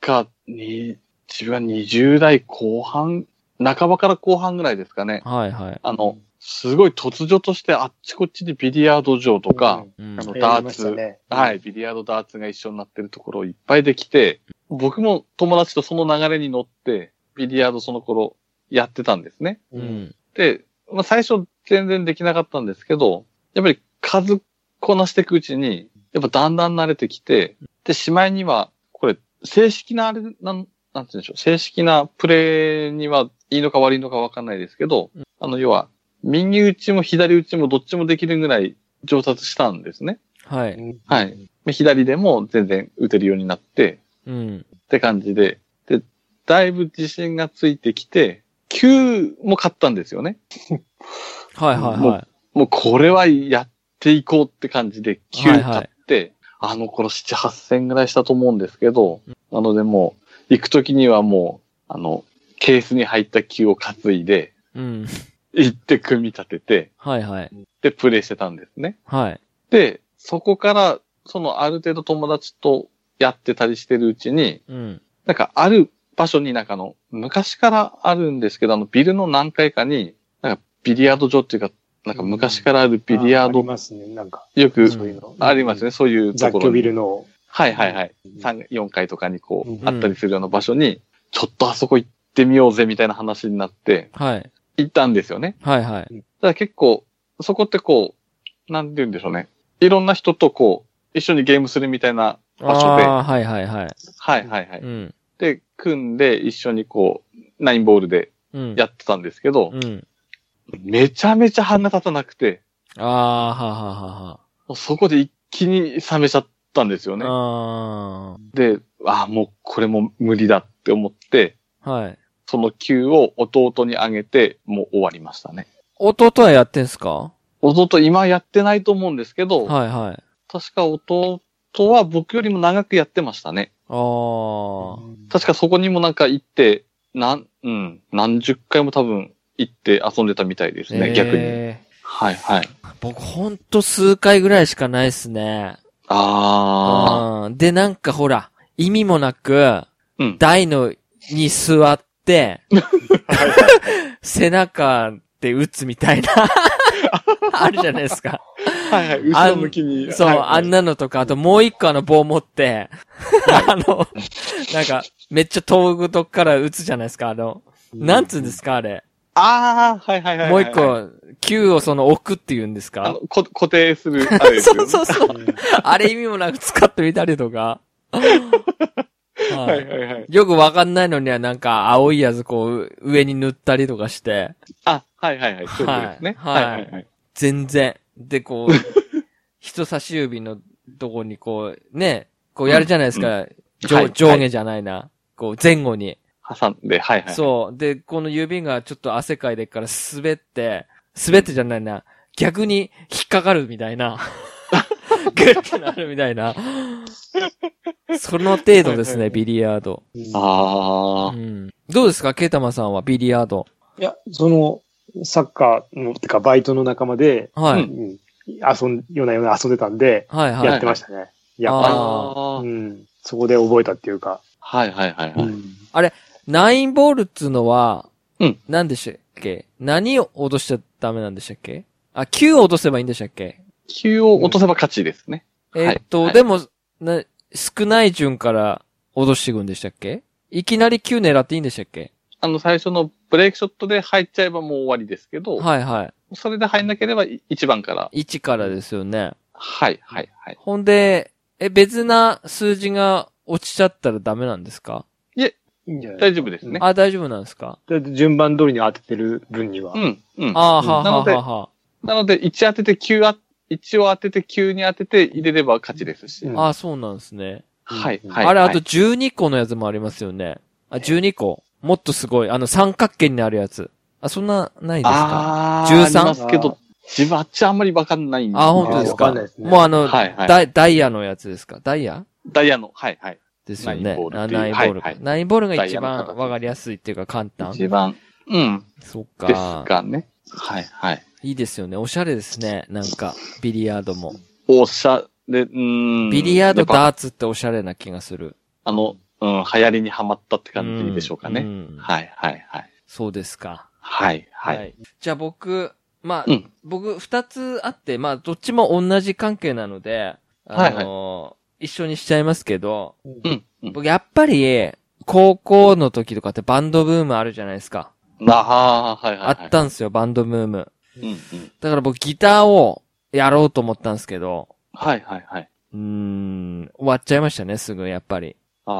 S2: かに、自分は20代後半、半ばから後半ぐらいですかね。
S1: はいはい。
S2: あの、すごい突如としてあっちこっちにビリヤード場とか、
S1: うん
S2: あ。の
S3: うん
S2: ダーツ
S3: やりましたね
S2: はい、ビリヤードダーツが一緒になってるところをいっぱいできて、僕も友達とその流れに乗って、ビリヤードその頃やってたんですね。
S1: う。ん。
S2: で、まあ最初全然できなかったんですけど、やっぱり数こなしていくうちに、やっぱだんだん慣れてきて、で、しまいには、これ、正式なあれ、なん、なんて言うんでしょう、正式なプレイにはいいのか悪いのかわかんないですけど、あの、要は、右打ちも左打ちもどっちもできるぐらい上達したんですね。
S1: は
S3: う
S1: い。
S3: ん
S2: はい。まあ左でも全然打てるようになって、
S1: うん。
S2: って感じで、で、だいぶ自信がついてきて、9も買ったんですよね。
S1: はいはい
S2: も
S1: は
S2: うもうこれはやっていこうって感じで、
S1: はい
S2: 9
S1: はい
S2: 買って、あの頃7、8千ぐらいしたと思うんですけど、なのでもう、行くときにはもう、あの、ケースに入った球を担いで、
S1: い。うん。
S2: 行って組み立てて、
S1: はいはい。
S2: で、プレイしてたんですね。
S1: はい。
S2: で、そこから、そのある程度友達とやってたりしてるうちに、
S1: うん。
S2: なんかある場所になんかあの、昔からあるんですけど、あの、ビルの何階かに、なんかビリヤード場っていうか、なんか昔からあるビリヤー
S3: ああ
S2: ド
S3: りますね、なんか。
S2: よく
S3: そういうの。
S2: ありますね、そういうと
S3: 雑
S2: ころ
S3: 居
S2: に。
S3: ビルの。
S2: はいはいはい。
S3: うん
S2: 三4階とかにこ
S3: う
S2: う、
S3: ん
S2: あったりするような場所に、ちょっとあそこ行ってみようぜみたいな話になって、
S1: はい。
S2: 行ったんですよね。
S1: はいはい。
S2: ただ結構、そこってこう、なんて言うんでしょうね。いろんな人とこう、一緒にゲームするみたいな、場所で
S1: ああ、はいはいはい。
S2: はいはいはい。
S1: うん。
S2: で、組んで一緒にこう、ナインボールで
S1: うん。
S2: やってたんですけど、
S1: うん。
S2: めちゃめちゃ鼻立たなくて、
S1: ああ、はあは
S2: もうそこで一気に冷めちゃったんですよ
S1: あ
S2: ね。
S1: はあ。あ
S2: で、ああ、もうこれも無理だって思って、
S1: あ。はい。
S2: その球を弟にあげて、もう終わりましたね。
S1: 弟はやってんすか
S2: 弟今やってないと思うんですけど、
S1: はいはい。
S2: 確か弟は僕よりも長くやってましたね。
S1: ああ。
S2: 確かそこにもなんか行って、なん、うん、何十回も多分行って遊んでたみたいですね、逆に。
S1: え
S2: はいはい。
S1: ー。僕ほんと数回ぐらいしかないっすね。
S2: ああ、
S1: うんで、なんかほら、意味もなく、
S2: うん。
S1: 台の、に座って、
S3: はい
S1: 背中で打つみたいな、 あるじゃないですか。
S2: はいはい、後ろ向きに。
S1: そう、
S2: はい
S1: あんなのとか、あともう一個あの棒持って、あの、なんか、めっちゃ遠くとこから打つじゃないですか、あの、なんつうんですか、あれ。
S2: ああ、はいはいはい
S1: も
S2: は
S1: う
S2: い。
S1: 一。個、球をその置くって言うんです
S2: あ
S1: か
S2: の、こ固定する、あれです
S1: そ
S2: よ
S1: う
S2: ね。
S1: そうそう。あれ意味もなく使ってみたりと か。は
S2: はい
S1: い
S2: はいはい。
S1: よくわかんないのにはなんか青いやつこう上に塗ったりとかして、
S2: あ、はいはいはい、そういうことですね。
S1: はい
S2: はいはいはい。
S1: 全然。で、こう、 人差し指のとこにこう、ね、こうやるじゃないですか。上
S2: はい
S1: 上下じゃないな。こう前後に。
S2: 挟んで、はいはい。
S1: そう。で、この指がちょっと汗かいてっから滑って、滑ってじゃないな。逆に引っかかるみたい な。グッてなるみたいな。その程度です
S2: はいはいは
S1: ね、
S2: い
S1: ビリヤード。
S3: あ
S1: う
S2: ああ、
S1: ん、どうですかケータマさんはビリヤード。
S3: いや、その、サッカーの、てか、バイトの仲間で、
S1: はい。
S2: う
S3: うん遊ん、夜な夜な遊んでたんで、
S1: はいはい。
S3: やってましたね。やっ
S1: あ
S3: ぱり、
S2: ー
S3: うん。そこで覚えたっていうか。
S2: はいはいはいはい。
S1: ナインボールっつうのは、
S2: うん。
S1: 何でしたっけ何を落としちゃダメなんでしたっけあ、9を落とせばいいんでしたっけ
S2: 球を落とせば勝ちですね。
S1: えーっと、
S2: はい
S1: でも、な、少ない順から落としていくんでしたっけいきなり9狙っていいんでしたっけ
S2: あの、最初のブレイクショットで入っちゃえばもう終わりですけど、
S1: はいは
S2: それで入んなければ1番から。
S1: い。1からですよね。
S2: はいはいはい。
S1: ほんで、え、別な数字が落ちちゃったらダメなんですか
S3: いいんじゃない
S2: 大丈夫ですね。
S1: あ、大丈夫なんですか
S3: だって順番通りに当ててる分には。
S2: うん、うん。な
S1: あー
S3: うん
S1: はあ、
S2: な
S1: は
S2: ので
S1: あ、はあ、は
S2: ので、1当てて9あ、1を当てて9に当てて入れれば勝ちですし。
S3: うん
S1: あ。あー、そうなんですね。
S2: はい
S3: うん
S2: はい。
S1: あれ、あと
S2: はい、
S1: 12個のやつもありますよね。あ、12個。もっとすごい。あの、三角形になるやつ。あ、そんな、ないですか
S2: あ
S1: 13
S2: ーありますけど、自分あっちあんまりわかんないん
S1: あ、本当です
S3: わ
S1: か
S3: かんないですね
S1: もうあの、
S2: はいはい
S1: ダイダイヤのやつですかダイヤ
S2: ダイヤの、はいはい。
S1: ですよ
S2: ナイ
S1: ね
S2: ンボー。ル
S1: あ
S2: っていう
S1: ナインボール
S2: はい
S1: か
S2: は。い
S1: ナインボールが
S2: ダイ
S1: 一
S2: ヤの
S1: 番
S2: 形
S1: わかりやすいっていうか簡単。
S2: 一番、うん、
S1: そっ
S2: です
S1: か。
S2: かね。はいはい。
S1: いいですよね。おしゃれですね。なんか、ビリヤードも。
S2: おしゃれ、うーん。
S1: ビリヤード、
S2: やっぱ
S1: ダーツっておしゃれな気がする。
S2: あの、うん、流行りにはまったって感じでしょうかね。
S1: んん
S2: はいはいはい。
S1: そうですか。
S2: はいはい。
S1: じゃあ僕、まあ、
S2: うん
S1: 僕二つあって、まあ、どっちも同じ関係なので、あの
S2: はい
S1: 一緒にしちゃいますけど、
S2: うん。うん。
S1: 僕やっぱり、高校の時とかってバンドブームあるじゃないですか。
S2: ああ、はいはい、
S1: あ
S2: はい。
S1: ったんですよ、バンドブーム。
S2: うんうん。
S1: だから僕ギターをやろうと思ったんですけど、
S2: はいはいはい。
S1: うーん、終わっちゃいましたね、すぐ、やっぱり。
S2: あ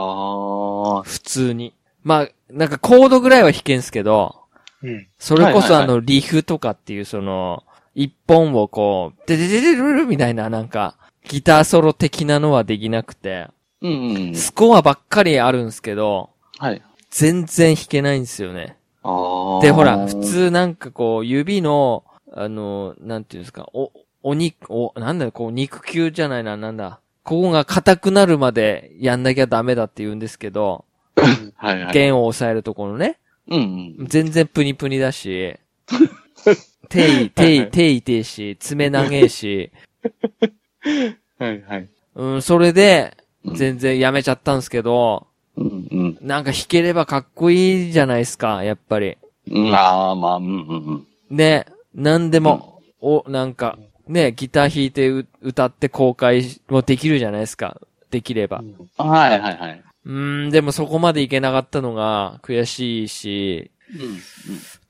S2: あ、
S1: 普通に。まあ、なんかコードぐらいは弾けんすけど、
S3: うん。
S1: それこそ
S2: はいはいはい
S1: あの、リフとかっていうその、一本をこう、ででででるるみたいななんか、ギターソロ的なのはできなくて、
S2: うんうん。
S1: スコアばっかりあるんすけど、
S2: はい。
S1: 全然弾けないんですよね。
S2: ああ。
S1: で、ほら、普。通なんかこう、指の、あの、なんていうんですか、お、お肉、お、なんだよ、こう、肉球じゃないな、なんだ。ここが硬くなるまでやんなきゃダメだって言うんですけど、
S2: はいはい。
S1: 弦を押さえるところね、
S2: うんうん。
S1: 全然プニプニだ し、手い、手い、手いてえし、爪長え し、
S2: はいはい。
S1: うん、それで、
S2: うん
S1: 全然やめちゃったんですけど、
S2: うんうん
S1: なんか弾ければかっこいいじゃないですか、やっぱり。
S2: うん。ああ、まあ、うんうんうん。
S1: ね、なんでも、お、なんか、ね、ギター弾いてう歌って公開もできるじゃないですか。できれば。
S2: はいはいはい。
S1: うーん、でもそこまでいけなかったのが悔しいし、
S2: うんうん。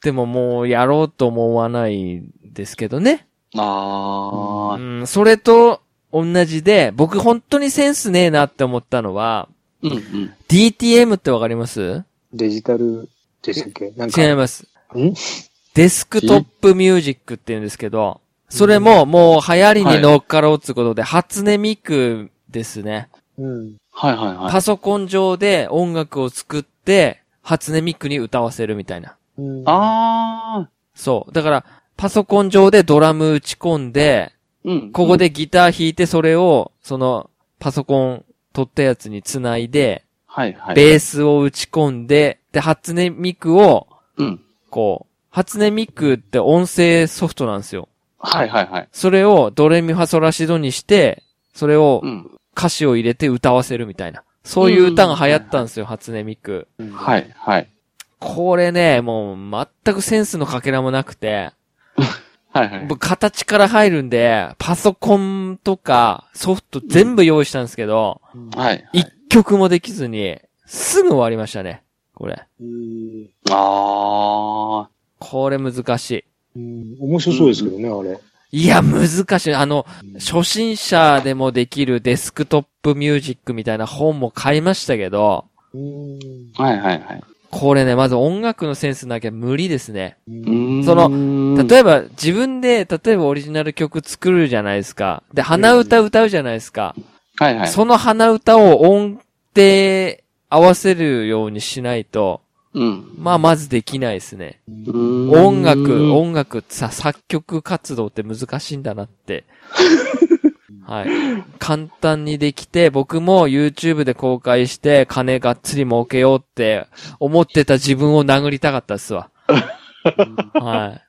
S1: でももうやろうと思わないですけどね。
S2: ああ、
S1: うん、それと同じで、僕本当にセンスねえなって思ったのは、
S2: うんうん。
S1: DTM ってわかります
S3: デジタルでしたっけなんか。
S1: 違います。
S3: ん
S1: デスクトップミュージックって言うんですけど、それももう流行りに乗っかろうってことで、初音ミクですね。
S3: うん。
S2: はいはいはい。
S1: パソコン上で音楽を作って、初音ミクに歌わせるみたいな。
S3: うん
S2: ああ、
S1: そう。だから、パソコン上でドラム打ち込んで、
S2: うん。
S1: ここでギター弾いてそれを、その、パソコン取ったやつに繋いで、
S2: はいはい。
S1: ベースを打ち込んで、で、初音ミクを、
S2: うん。
S1: こう、初音ミクって音声ソフトなんですよ。
S2: はいはいはい。
S1: それをドレミファソラシドにして、それを
S2: うん。
S1: 歌詞を入れて歌わせるみたいな。そういう歌が流行ったんですよ、初音ミク。
S2: はいはい。
S1: これね、もう全くセンスのかけらもなくて、
S2: はいはい。
S1: 僕形から入るんで、パソコンとかソフト全部用意したんですけど、
S2: はい。
S1: 一曲もできずに、すぐ終わりましたね。これ。
S3: うん
S2: ああ、
S1: これ難し
S3: うん面白そうですけどね、あれ。
S1: い。いや、難しい。あの、初心者でもできるデスクトップミュージックみたいな本も買いましたけど、
S3: うん
S2: はいはいはい。
S1: これね、まず音楽のセンスなきゃ無理ですね。
S3: うん
S1: その
S2: の
S1: 例えば、自分で、例えばオリジナル曲作るじゃないですか。で、鼻歌歌うじゃないですか。
S2: はいはい。
S1: その鼻歌を音程合わせるようにしないと、
S2: うん。
S1: まあ、まずできないですね。音
S2: 音
S1: 楽、音楽、さ、作曲活動って難しいんだなって。 はい。簡単にできて、僕も YouTube で公開して、金がっつり儲けようって思ってた自分を殴りたかったっすわ。は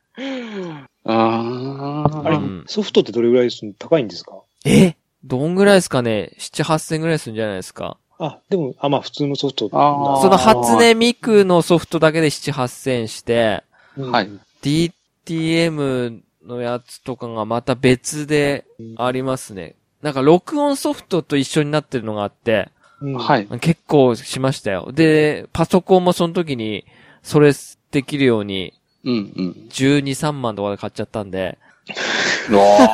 S2: あ
S3: あれ
S2: あ。
S1: うん
S3: ソフトってどれぐらいすん高いんですか
S1: い。えどんぐらいですかね ?7、8千ぐらいするんじゃないですか。
S3: あ、でも、あ、まあ普通のソフトだ。
S2: あー
S1: その初音ミクのソフトだけで7、8千して、
S3: うん
S2: はい。
S1: DTM のやつとかがまた別でありますね。なんか録音ソフトと一緒になってるのがあって、
S3: うん
S2: はい。
S1: 結構しましたよ。で、パソコンもその時に、それできるように、
S2: うんうん。
S1: 12、3万とかで買っちゃったんで、
S2: うわー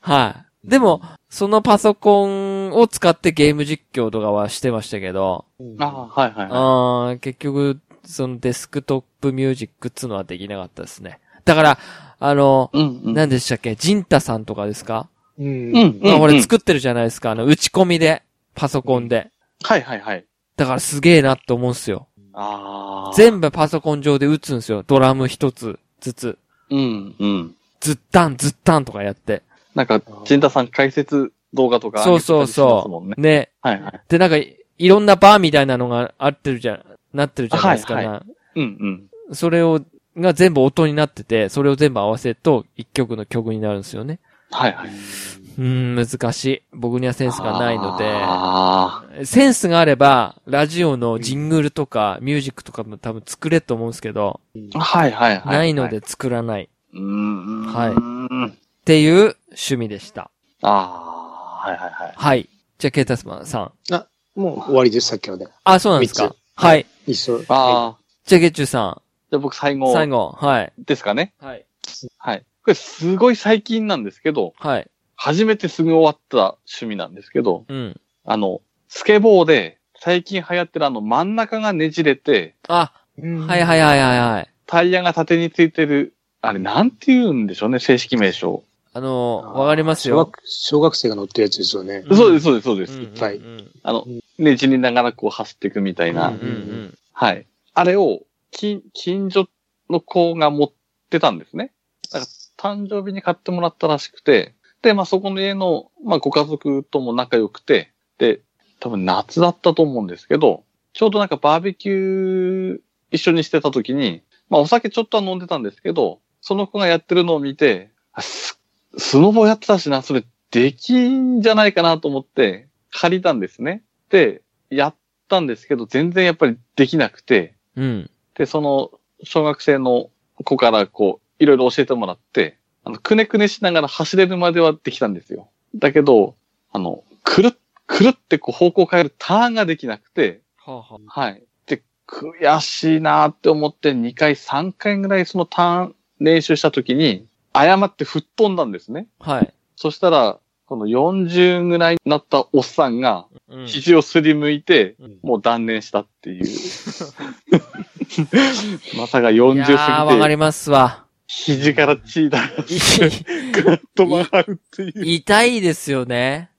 S1: はい。でも、そのパソコンを使ってゲーム実況とかはしてましたけど、
S3: うん
S2: あーはいはいは
S1: あー結局、そのデスクトップミュージックっつうのはできなかったですね。だから、あの、
S2: い。うんうん。
S1: 何でしたっけジンタさんとかですか
S3: うん
S2: うんうん。
S1: まあ、俺
S2: うん
S1: 作ってるじゃないですか。あの、打ち込みで、パソコンで。
S2: はいはいはい。
S1: だからすげえなって思うんすよ。
S2: ああ。
S1: 全部パソコン上で打つんすよ。ドラム一つずつ。
S2: うんうん。
S1: ずったん、ずったんとかやって。
S2: なんか、陣田さん解説動画とか。
S1: そうそう
S2: 上げてたりします
S1: そ
S2: もんね
S1: う。ね。
S2: はいはい。
S1: で、なんかい、いろんなバーみたいなのがあってるじゃ、なってるじゃないですか、
S2: はい
S1: な
S2: うん
S1: それを、が全部音になってて、それを全部合わせると、一曲の曲になるんですよね。
S2: うん。はいはい。
S1: うーん、難しい。僕にはセンスがないので、
S2: あ
S1: センスがあれば、ラジオのジングルとか、ミュージックとかも多分作れると思うんですけど、
S2: あ。はいはいはい。
S1: ないので。作らない。
S2: うん。
S1: はい
S2: うん
S1: ていう趣味でした。
S2: ああ、はいはいはい。
S1: はい。じゃあ、ケータスマンさん。
S3: もう終わりです、さっきので。
S1: あ、そうなんです
S3: 三
S1: か
S3: つ。
S1: はい。
S3: 一緒。
S2: ああ、
S1: じゃあ、ゲッチュさ
S2: じゃあ僕最
S1: ん。
S2: 後
S1: 最後。はい。
S2: ですかね。
S1: はい。
S2: はい。これすごい最近なんですけど、
S1: はい。
S2: 初めてすぐ終わった趣味なんですけど、
S1: うん。
S2: あの、スケボーで最近流行ってるあの真ん中がねじれて、
S1: あ、
S3: は
S1: はいはいはいはいはい。
S2: タイヤが縦についてる、あれなんて言うんでしょうね、正式名称。
S1: あのー、わかります
S3: 小
S1: よ。
S3: 学小学生が乗ってるやつですよね。
S1: うん
S2: そうです、そうです、そうです。
S1: うんうんうん
S3: いっぱい
S1: うん
S2: あの、ねじりながらこう走っていくみたいな。
S1: うんうん
S2: はい。あれを、近、近所の子が持ってたんですね。だから、誕生日に買ってもらったらしくて、で、まあ、そこの家の、まあ、ご家族とも仲良くて、で、多分夏だったと思うんですけど、ちょうどなんかバーベキュー一緒にしてた時に、まあ、お酒ちょっとは飲んでたんですけど、その子がやってるのを見て、あススノボやってたしな、それできんじゃないかなと思って、借りたんですね。で、やったんですけど、全然やっぱりできなくて、
S1: うん。うん。
S2: で、その、小学生の子からこう、いろいろ教えてもらって、あの、くねくねしながら走れるまではできたんですよ。だけど、あの、くるっ、くるってこう方向を変えるターンができなくて、
S1: はあは
S2: はい。で、悔しいなーって思って2回、3回ぐらいそのターン練習した時に、誤って吹っ飛んだんですね。
S1: あ。はい。
S2: そしたら、この40ぐらいになったおっさんが、
S1: うん
S2: 肘をすりむいて、
S3: うん
S2: もう断念したっていう。 まさか40
S1: いやーわ
S2: 過
S1: か
S2: ぎて、
S1: ります わ。
S2: 肘からチーダー
S1: い
S2: と曲がるっていう。
S1: 痛いですよね。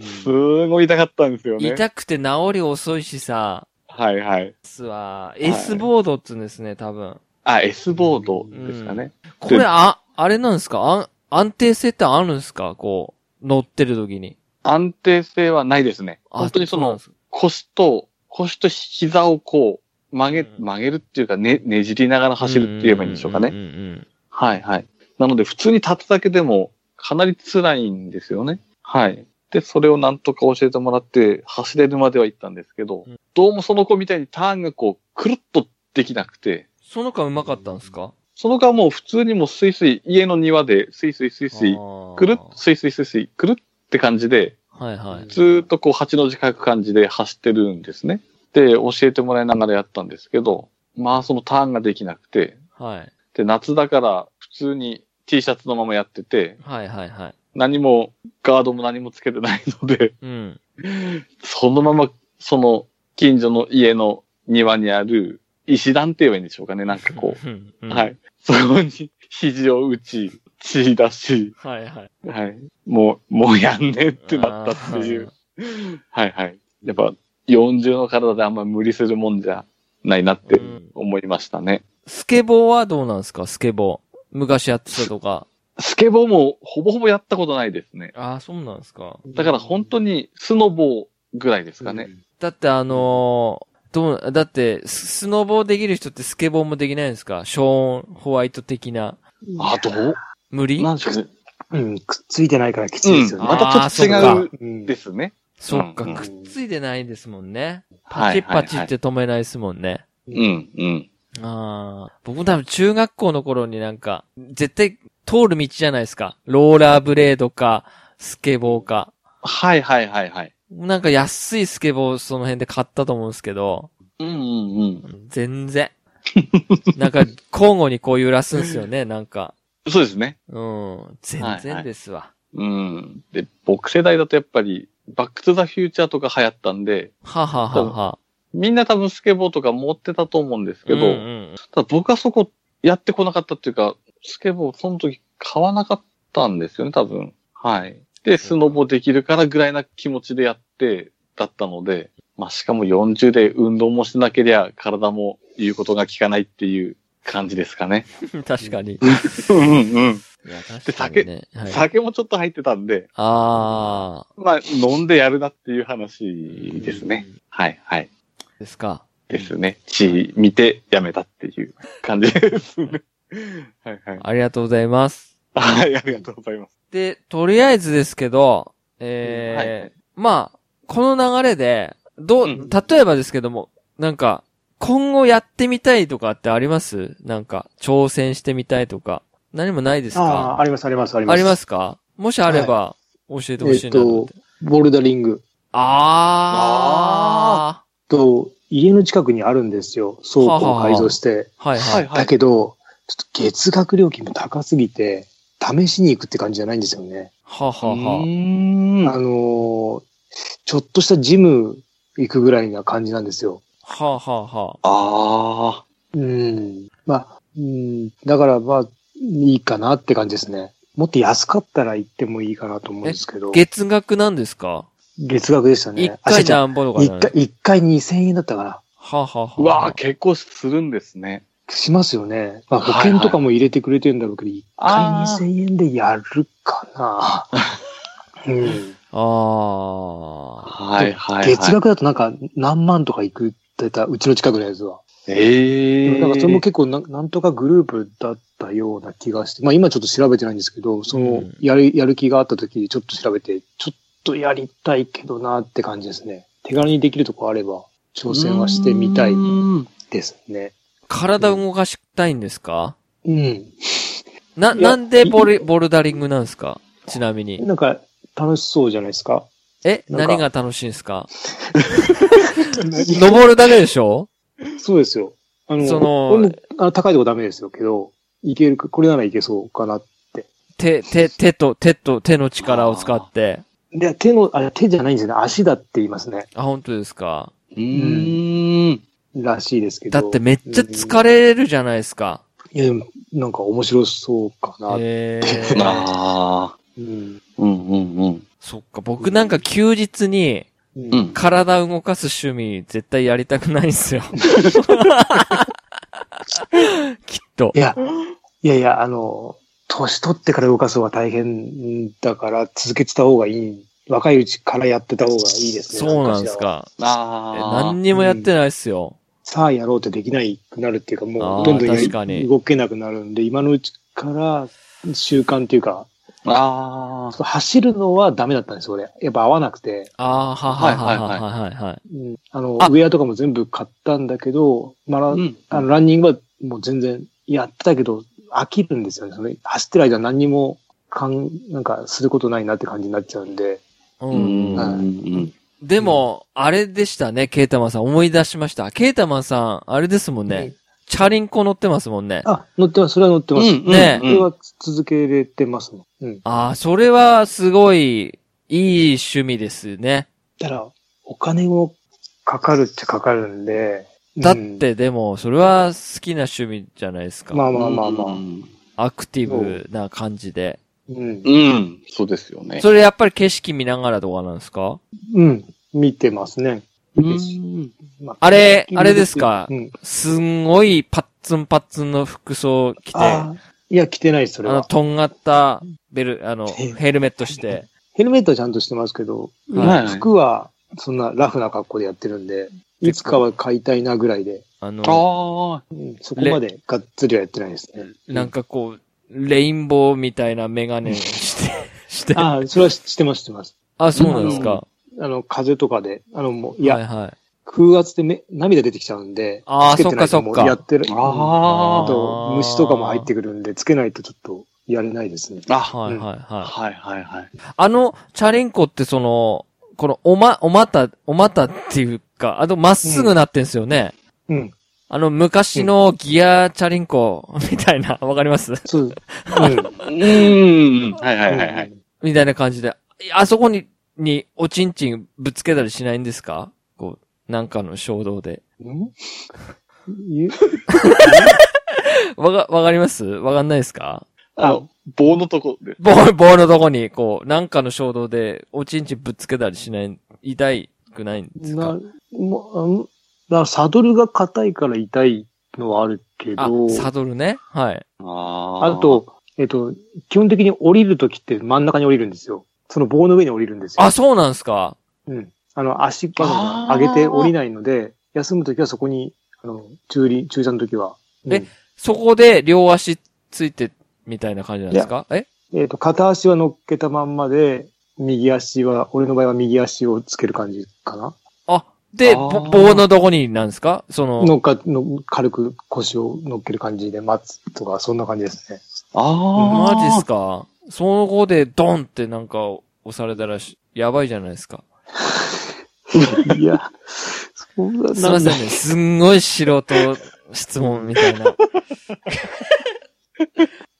S2: すごい痛かったんですよね。
S1: 痛くて治り遅いしさ。
S2: はいはい。
S1: すわ。
S2: い
S1: S ボードっつうんですね、多分。
S2: あ、S ボードですかね。
S1: これ、あ、あれなんですかあん安定性ってあるんですかこう、乗ってる時に。
S2: 安定性はないですね。
S1: あ
S2: 本当にそう
S1: なん
S2: の
S1: ですか
S2: 腰と、腰と膝をこう曲げ、
S1: うん
S2: 曲げるっていうかね、ねじりながら走るって言えばいいんでしょうかね。
S1: んんうんうん
S2: はいはい。なので普通に立つだけでもかなり辛いんですよね。はい。で、それをなんとか教えてもらって走れるまでは行ったんですけど、
S1: うん
S2: どうもその子みたいにターンがこう、くるっとできなくて、
S1: その間うまかったんですか
S2: その子はもう普通にもうスイスイ、家の庭でスイスイスイスイ、く
S1: く
S2: るっ、スイスイスイスイ、くるって感じで、
S1: はいはい。
S2: ずーっとこう8の字書く感じで走ってるんですね。で、教えてもらいながらやったんですけど、まあそのターンができなくて、
S1: はい。
S2: で、夏だから普通に T シャツのままやってて、
S1: はいはいはい。
S2: 何も、ガードも何もつけてないので、
S1: うん。
S2: そのまま、その、近所の家の庭にある、石段って言えばいいんでしょうかね、なんかこ
S1: うんう
S2: う。
S1: ん
S2: はい。そこに、肘を打ち、血出し、
S1: はいはい。
S2: はい。もう、もうやんねえってなったっていう。はいはい。やっぱ、40の体であんま無理するもんじゃないなって
S1: うん
S2: 思いましたね。
S1: スケボーはどうなんですかスケボー。昔やってたとか。
S2: スケボーもほぼほぼやったことないですね。
S1: ああ、そうなんですか。
S2: だから本当にスノボーぐらいですかね。
S1: だってあのー、どう、だってス、スノボーできる人ってスケボーもできないんですかショーン・ホワイト的な。
S3: うん。
S2: あ、どう
S1: 無理
S2: なんでしょうね。
S3: うん、くっついてないからきついですよ
S2: ま
S3: ね。
S2: たちょ
S1: あ
S2: っ
S1: ー
S2: と違う
S3: うん
S2: ですね。
S1: そっか、
S2: うん
S1: くっついてないですもんね。パ
S2: は
S1: チ
S2: い
S1: ッパチって止めないですもんね。
S2: う。ん、うん。
S1: ああ。僕も多分中学校の頃になんか、絶対通る道じゃないですか。ローラーブレードか、スケボーか。
S2: はいはいはいはい。
S1: なんか安いスケボーその辺で買ったと思うんですけど、
S2: うんうんうん。
S1: 全 然。なんか、交互にこう揺らすんですよね、なんか。
S2: そうですね。
S1: うん。全然ですわ。
S2: うん。で、僕世代だとやっぱり、バックトゥザフューチャーとか流行ったんで、
S1: はははは。
S2: みんな多分スケボーとか持ってたと思うんですけど、
S1: うんうん
S2: ただ僕はそこやってこなかったっていうか、スケボーその時買わなかったんですよね、多分。はい。で、スノボできるからぐらいな気持ちでやって、だったので、まあ、しかも40で運動もしなけりゃ体も言うことが聞かないっていう感じですか ね。
S1: うん。確かに。い
S2: うんうん。
S1: や、確かにね。はい、
S2: 酒もちょっと入ってたんで、
S1: ああ。
S2: まあ、飲んでやるなっていう話ですね。はい、はい。
S1: ですか。
S2: ですね。血見てやめたっていう感じですね。はい、はい。
S1: ありがとうございます。
S2: はい、ありがとうございます。
S1: で、とりあえずですけど、えーまあ、この流れで、どう、
S2: うん
S1: 例えばですけども、なんか、今後やってみたいとかってありますなんか、挑戦してみたいとか。何もないです
S3: あ
S1: か
S3: あ、あります、あります、あり
S1: あ
S3: ます。
S1: りますかもしあれば、教えてほしいななんて。
S3: ボルダリング
S1: あ
S3: と、家の近くにあるんですよ。倉庫を改造して。
S1: あはいはい。
S2: はい
S3: だけど、ちょっと月額料金も高すぎて、試しに行くって感じじゃないんですよね。
S1: はあはあは
S2: うーん
S3: あのーちょっとしたジム行くぐらいな感じなんですよ。
S1: あ。はあはあは
S2: あ
S3: うん。まあ、うん、だからまあ、いいかなって感じですね。もっと安かったら行ってもいいかなと思うんですけど
S1: あ。。月額なんですか
S3: 月額でした
S1: 一
S3: ね。
S1: 回
S3: じゃ
S1: 何本とか
S3: 一
S1: じゃない
S3: 回、一回2000円だったかな。
S1: はあはあはあ。
S2: あ。うわあ、結構するんですね。
S3: しますよね。まあ
S2: はい
S3: 保
S2: はい
S3: 険とかも入れてくれてるんだろうけど、一回
S2: あー
S3: 2000円でやるかな。うん。
S1: あ
S2: はいはい、はい。
S3: 月額だとなんか何万とかいくってた、うちの近くのやつは。
S2: ええ
S3: なんかそれも結構ななんとかグループだったような気がして、まあ今ちょっと調べてないんですけど、その
S1: うん
S3: やる、やる気があった時にちょっと調べて、ちょっとやりたいけどなって感じですね。手軽にできるとこあれば挑戦はしてみたいう
S2: ーん
S3: ですね。
S1: あ。体動かしたいんですか
S3: うん。
S1: な、
S3: いや
S1: なんでボル、ボルダリングなんですかちなみに。
S3: なんか楽しそうじゃないですか。
S1: え、
S3: なんか
S1: 何が楽しいんですか登るだけでしょ
S3: そうですよ。あの、
S1: その
S3: 俺もあの高いとこダメですよけど、いけるか、これならいけそうかな。
S1: 手、手、手と、手と、手の力を使って。
S3: で、手の、あれ手じゃないんですよね。足だって言いますね。
S1: あ、本当ですか。
S2: うーん。
S3: らしいですけど。
S1: だってめっちゃ疲れるじゃないですか。
S3: いや、でもなんか面白そうかな。
S1: えー。
S2: なあ。
S3: うん。
S2: うんうんうん。
S1: そっか、僕なんか休日に
S3: う
S2: うん
S1: 体動かす趣味絶対やりたくないんす よ。きっと
S3: い。や、いやいや、あの、年取ってから動かす方が大変だから、続けてた方がいい。若いうちからやってた方がいいですね。
S1: そうなんです。か。え
S2: あ
S1: 何にもやってないっすよ。
S3: さあやろうってできないくなるっていうか、
S1: あ
S3: も
S1: ー
S3: うどんどん
S1: 確かに
S3: 動けなくなるんで、今のうちから習慣っていうか、
S2: あ。ああ。
S3: 走るのはダメだったんですよ、俺。やっぱ合わなくて。
S1: ああ、はははいはいはいはい。
S3: うんあの、
S1: あ
S3: ウェアとかも全部買ったんだけど、まあ、
S2: うん。
S3: あの、ランニングはもう全然やってたけど、飽きるんですよね。その走ってる間何にも、かん、なんかすることないなって感じになっちゃうんで。
S1: う
S2: うんん。う
S3: はい
S2: ん
S1: でも、あれでしたね、ケータマンさん。思い出しました。ケータマンさん、あれですもんね。チャリンコ乗ってますもんね。
S3: あ、乗ってます。それは乗ってます。
S2: うん
S1: ね
S3: それは続けれてますもん。うん。
S1: ああ、それはすごい、いい趣味ですね。
S3: ただ、お金もかかるっちゃかかるんで。
S1: だっ
S3: うん
S1: てでも、それは好きな趣味じゃないですか。
S3: まあまあまあまあ。
S1: アクティブな感じで。
S3: うん。
S2: うん。そうですよね。
S1: それやっぱり景色見ながらとかなんですか
S3: うん。見てますね。
S2: うん。
S3: まあ
S1: あれあれですか
S3: うん。
S1: すんごいパッツンパッツンの服装着て、あ
S3: あーいや、着てないです、それ
S1: の、
S3: は。
S1: とんがったベル、あの、
S3: え
S1: ヘルメットして。
S3: ヘルメットはちゃんとしてますけど、
S1: はい
S3: 服はそんなラフな格好でやってるんで、いつかは買いたいなぐらいで、
S1: あの、
S2: ああ。
S3: うんそこまでがっつりはやってないですね。
S1: なんかこう、レインボーみたいなメガネして、 して。あ
S3: ああ、それはししてます、してます。
S1: そうなんですか。
S3: あの、風とかで、あの、もう、い
S1: はい
S3: や、
S1: はい。
S3: 空圧でめ涙出てきちゃうんで、
S1: あー
S3: つけてないと
S1: そっかそっか
S3: もうやってる。あ。
S1: あ
S2: あ
S3: あ
S2: あ。
S3: と、虫とかも入ってくるんで、つけないとちょっとやれないですね。
S2: あ、
S1: はいはいは
S2: はいはいはい。
S1: い。あの、チャリンコってその、この、おま、おまた、おまたっていうか、あと、まっすぐなってんすよね。
S3: うん。
S1: あの、昔のギアチャリンコ、 みたいな、わかります
S3: そう。うん。
S2: うん。はいはいはいはい。
S1: みたいな感じで。いあそこに、に、おちんちんぶつけたりしないんですかこう、なんかの衝動で。
S3: うん。ゆ
S1: わが、わかりますわかんないですか
S2: あの、棒のとこで。
S1: 棒、棒のとこに、こう、なんかの衝動で、おちんちんぶつけたりしない、痛いくないんですか
S3: な、もうあん、だからサドルが硬いから痛いのはあるけ
S1: あ
S3: ど、、
S1: サドルね。はい。
S2: あ
S3: あ、と、えっと、基本的に降りるときって真ん中に降りるんですよ。その棒の上に降りるんですよ。
S1: あ、そうなんですか
S3: うん。あの、足場
S2: あ
S3: が
S2: ー
S3: 上げて降りないので、休むときはそこに、あの、駐輪、駐車のときは。うん
S1: えそこで、両足ついて、みたいな感じなんですかえ
S3: えっと、片足は乗っけたまんまで、右足は、俺の場合は右足をつける感じかな。
S1: あ、で、
S2: あー
S1: ぼ棒のとこになんですかその、
S3: のっか、の軽く腰を乗っける感じで待つとか、そんな感じですね。
S2: ああ。
S1: マジっすかその後でドンってなんか押されたらし、やばいじゃないですか。
S2: いや、そんな、
S1: すいませんね。すんごい素人質問みた いな。い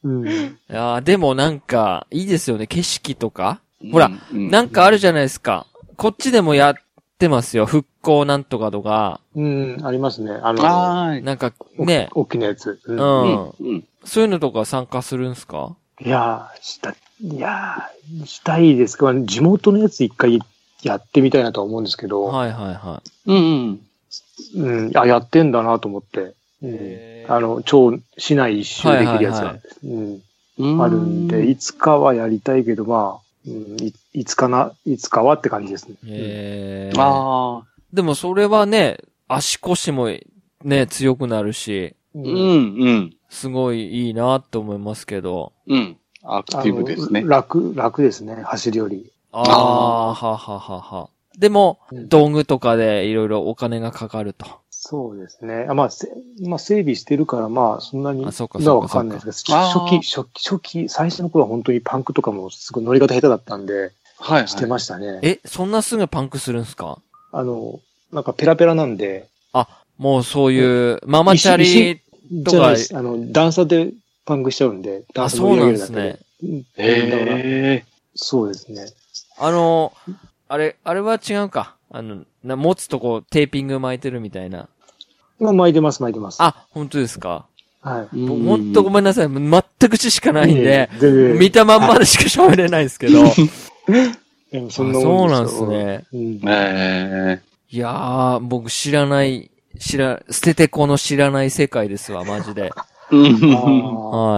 S3: うん。
S1: やーでもなんか、いいですよね。景色とかほら
S2: う、
S1: な
S2: なん
S1: かあるじゃないですか。こっちでもやってますよ。復興なんとかとか。
S3: うん、ありますね。あの、
S2: はい。
S1: なんか、ね。
S3: 大きなやつ。う
S1: うん。
S2: うんうん。
S1: そういうのとか参加するんすか
S3: いやー、した、いやー、したいですか地元のやつ一回やってみたいなとは思うんですけど、
S1: はいはいは
S2: うんうん。
S3: うん、あ、やってんだなと思って。うん
S1: へ、ー
S3: あの、超市内一周できる
S1: はい
S3: やつが、
S1: はいはい
S3: うん、あるんで、いつかはやりたいけど、まあ、うん、いいつかな、いつかはって感じですね。
S1: い。えー、
S2: ああ。
S1: でもそれはね、足腰もね、強くなるし、
S3: う
S2: うん
S3: ん
S2: うん。
S1: すごいいいなって思いますけど。
S2: うん。アクテ
S3: あ
S2: ィブですね
S3: の。楽、楽ですね、走りより。
S1: あー
S2: あ
S1: はははは。でも、
S3: うん
S1: 道具とかでいろいろお金がかかると。
S3: そうですね。あまあ、せまあ、整備してるから、まあ、そんなに、
S1: あそうか
S3: 今は
S1: そう
S3: わ
S1: か
S3: かんないですけ
S2: そう
S3: ど、
S2: か
S3: 初期、初期、初期、最初の頃は本当にパンクとかもすごい乗り方下手だったんで、
S2: はい、はい。
S3: してましたね。
S1: え、そんなすぐパンクするんすか
S3: あの、なんかペラペラなんで、
S1: もうそういう、ママチャリ、とか
S3: じゃないです。あの、段差でパンクしちゃうんで、
S1: あ、
S3: 段差
S1: そ
S3: 盛
S1: う
S3: り
S1: な
S3: 上
S1: ん
S3: げ
S1: で
S3: るだ
S1: す
S3: け
S1: ね
S3: で。。うんだから
S2: へえ。
S3: そうですね。
S1: あの、あれ、あれは違うか。あの、な持つとこテーピング巻いてるみたいな。
S3: まあ、巻いてます、巻いてます。
S1: あ、本当ですか。
S3: はい。
S2: うん
S1: ほんとごめんなさい。全く知識ないんで、
S3: 全然。
S1: 見たまんまでしか喋れないですけど。
S3: でもそんな
S1: そうな
S3: も
S1: んで
S3: んですすよ。
S1: ね。
S3: うん。
S2: ええ。
S1: いやー、僕知らない、知ら、捨ててこの知らない世界ですわ、マジ で。
S2: うん。
S3: あー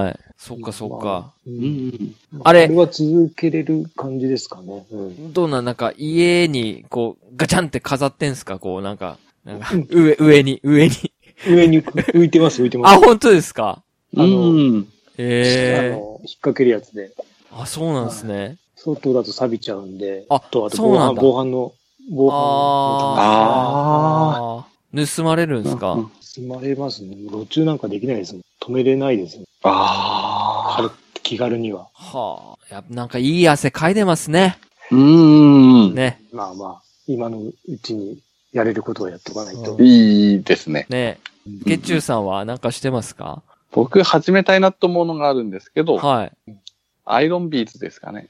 S1: はい。そっかそっか。。
S3: う
S2: うんん。
S1: あれ
S3: これは続けれる感じですかね。うん。
S1: どうなん、なんか家に、こう、ガチャンって飾ってんすかこう、なんか、なん か、上、上に、上に。
S3: 上に浮いてます、浮いてます。
S1: あ、本当ですか
S3: あの
S2: うん
S3: あ
S1: ええ
S3: の、引っ掛けるやつで。
S1: あ、そうなんですね。
S3: 外だと錆びちゃうんで。
S1: あ
S3: と、あと
S1: そう
S3: 防
S1: なん
S3: 犯、
S1: だ
S3: 防犯の、防犯の。
S2: あ
S1: あー。盗まれるんすか、
S2: うん
S3: 積まれますね。路中なんかできないですもん。止めれないですよ。
S2: ああ。
S3: 軽気軽には。
S1: はあ。やっぱなんかいい汗かいてますね。
S2: うん。
S1: ね。
S3: まあまあ、今のうちにやれることをやっておかないと。
S1: うん
S2: いいですね。
S1: ね月中さんはなんかしてますか
S2: 僕始めたいなと思うのがあるんですけど、
S1: はい。
S2: アイロンビーズですかね。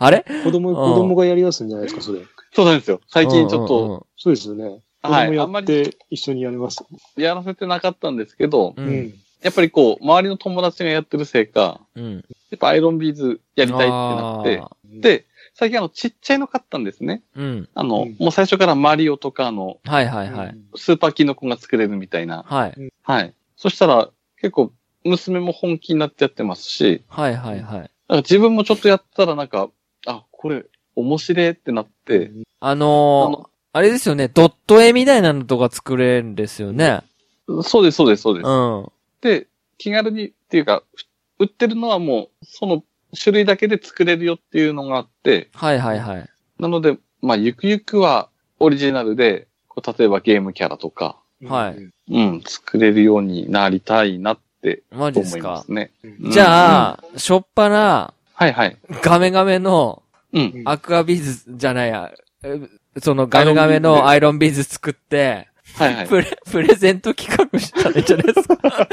S1: あれ
S3: 子供、
S1: うん
S3: 子供がやり出すんじゃないですか、それ。
S2: そうなんですよ。最近ちょっ
S1: うんうんう
S2: と
S1: ん
S3: そうですよね。子
S2: はい
S3: 供や
S2: あんま
S3: って一緒にやります。
S2: やらせてなかったんですけど、
S1: う。。
S3: うん
S2: やっぱりこう、周りの友達がやってるせいか、
S1: うん。
S2: やっぱアイロンビーズやりたいってなって、
S1: あ
S2: で、最近あの、ちっちゃいの買ったんですね。
S1: ーうん。
S2: あの、
S3: うん
S2: もう最初からマリオとかあの、
S1: はいはいはい。
S2: スーパーキノコが作れるみたいな。
S1: はい。
S2: はい。そしたら、結構、娘も本気になってやってますし、
S1: はいはいはい。
S2: なんか自分もちょっとやったらなんか、あ、これ、面白いってなって、
S1: あのー、あれですよね、ドット絵みたいなのとか作れるんですよね。
S2: そうです、そうです、そうです。
S1: うん。
S2: で、気軽にっていうか、売ってるのはもう、その種類だけで作れるよっていうのがあって、
S1: はいはいはい。
S2: なので、まあ、ゆくゆくはオリジナルで、こう例えばゲームキャラとか、
S1: はい
S3: い。
S2: うん、作れるようになりたいなって
S1: マジで
S2: 思
S1: す
S2: いま
S1: か。
S2: すね。うん
S1: じゃあ、しょっぱな、
S2: はいはい。
S1: ガメガメの
S2: うん。
S1: アクアビーズじゃないや、えそのガメガメのアイロンビーズ作って、
S2: はいはい。
S1: プレ、プレゼント企画したらいいんじゃないですか。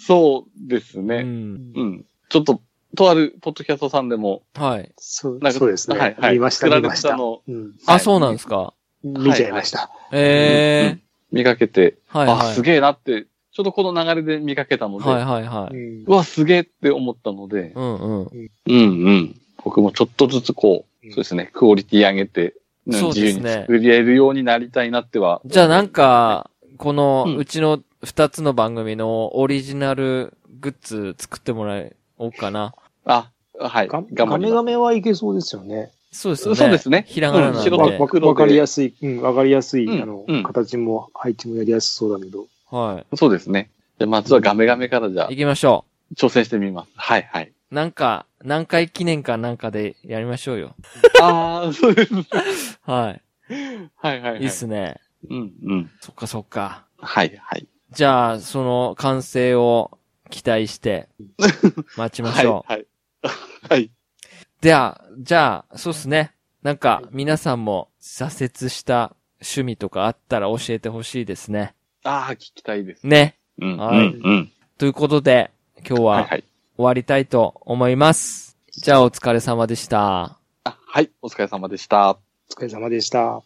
S2: そうです
S1: う
S2: ね。
S1: ん。
S2: うん。ちょっと、とあるポッドキャストさんでも、
S1: はい。
S3: そう
S2: なんか
S3: そうですね。
S2: はいはい
S3: 見ました、
S2: 作ら
S3: 見
S2: れて
S3: ました
S2: た。の
S3: うん
S1: あ、そうなんですか。
S3: 見ちゃいました。
S1: ええ
S2: 見かけて、
S1: ー。はいはい。
S2: あ、すげえなって、ちょっとこの流れで見かけたので、
S1: はいはいは
S3: う
S1: い。
S3: ん
S2: うわ、すげえって思ったので、
S1: うんうん。
S2: うんうん。僕もちょっとずつこう、
S3: うん
S2: そうですね、クオリティ上げて、ね
S1: そう
S2: 自
S1: で
S2: 由
S1: すね
S2: に作り得るようになりたいなっては。
S1: じゃあなんか、こ
S2: う
S1: の、
S2: ん
S1: うちの二つの番組のオリジナルグッズ作ってもらおうかな。
S2: あ、はい。
S3: ガ
S2: 頑
S3: ガ
S2: 張
S3: メ
S2: り
S3: ガ
S2: ます。
S3: メはいけそうですよね。
S1: そうですよね。
S2: そうですね
S1: ひらがななんで。
S2: 白
S3: わ
S2: と
S3: わ
S2: 黒で
S3: わかりやすい、うん、わかりやすい、
S2: うん
S3: あの
S2: うん、
S3: 形も配置もやりやすそうだけど。
S1: は
S2: そうですね。じゃあまずはガメガメからじゃあ
S1: い。行、きましょ
S2: 挑戦してみます。はい はい。
S1: う。なんか、何回記念かなんかでやりましょうよ。
S2: ああ、そうです。
S1: は。
S2: はいはいはいい。
S1: いいっすね。
S2: うんうん。
S1: そっかそっか。
S2: はいはい。
S1: じゃあ、その完成を期待 して、待ちましょう。
S2: はい。はい。 はい。
S1: では、じゃあ、そうっすね。なんか、皆さんも挫折した趣味とかあったら教えてほしいですね。
S2: ああ、聞きたいです。
S1: ね。
S2: うん。
S1: はい
S2: うん。うん
S1: ということで、今日
S2: はい
S1: は
S2: はい。
S1: 終わりたいと思います。じゃあ、お疲れ様でした。
S2: あはい。お疲れ様でした。
S3: お疲れ様でした。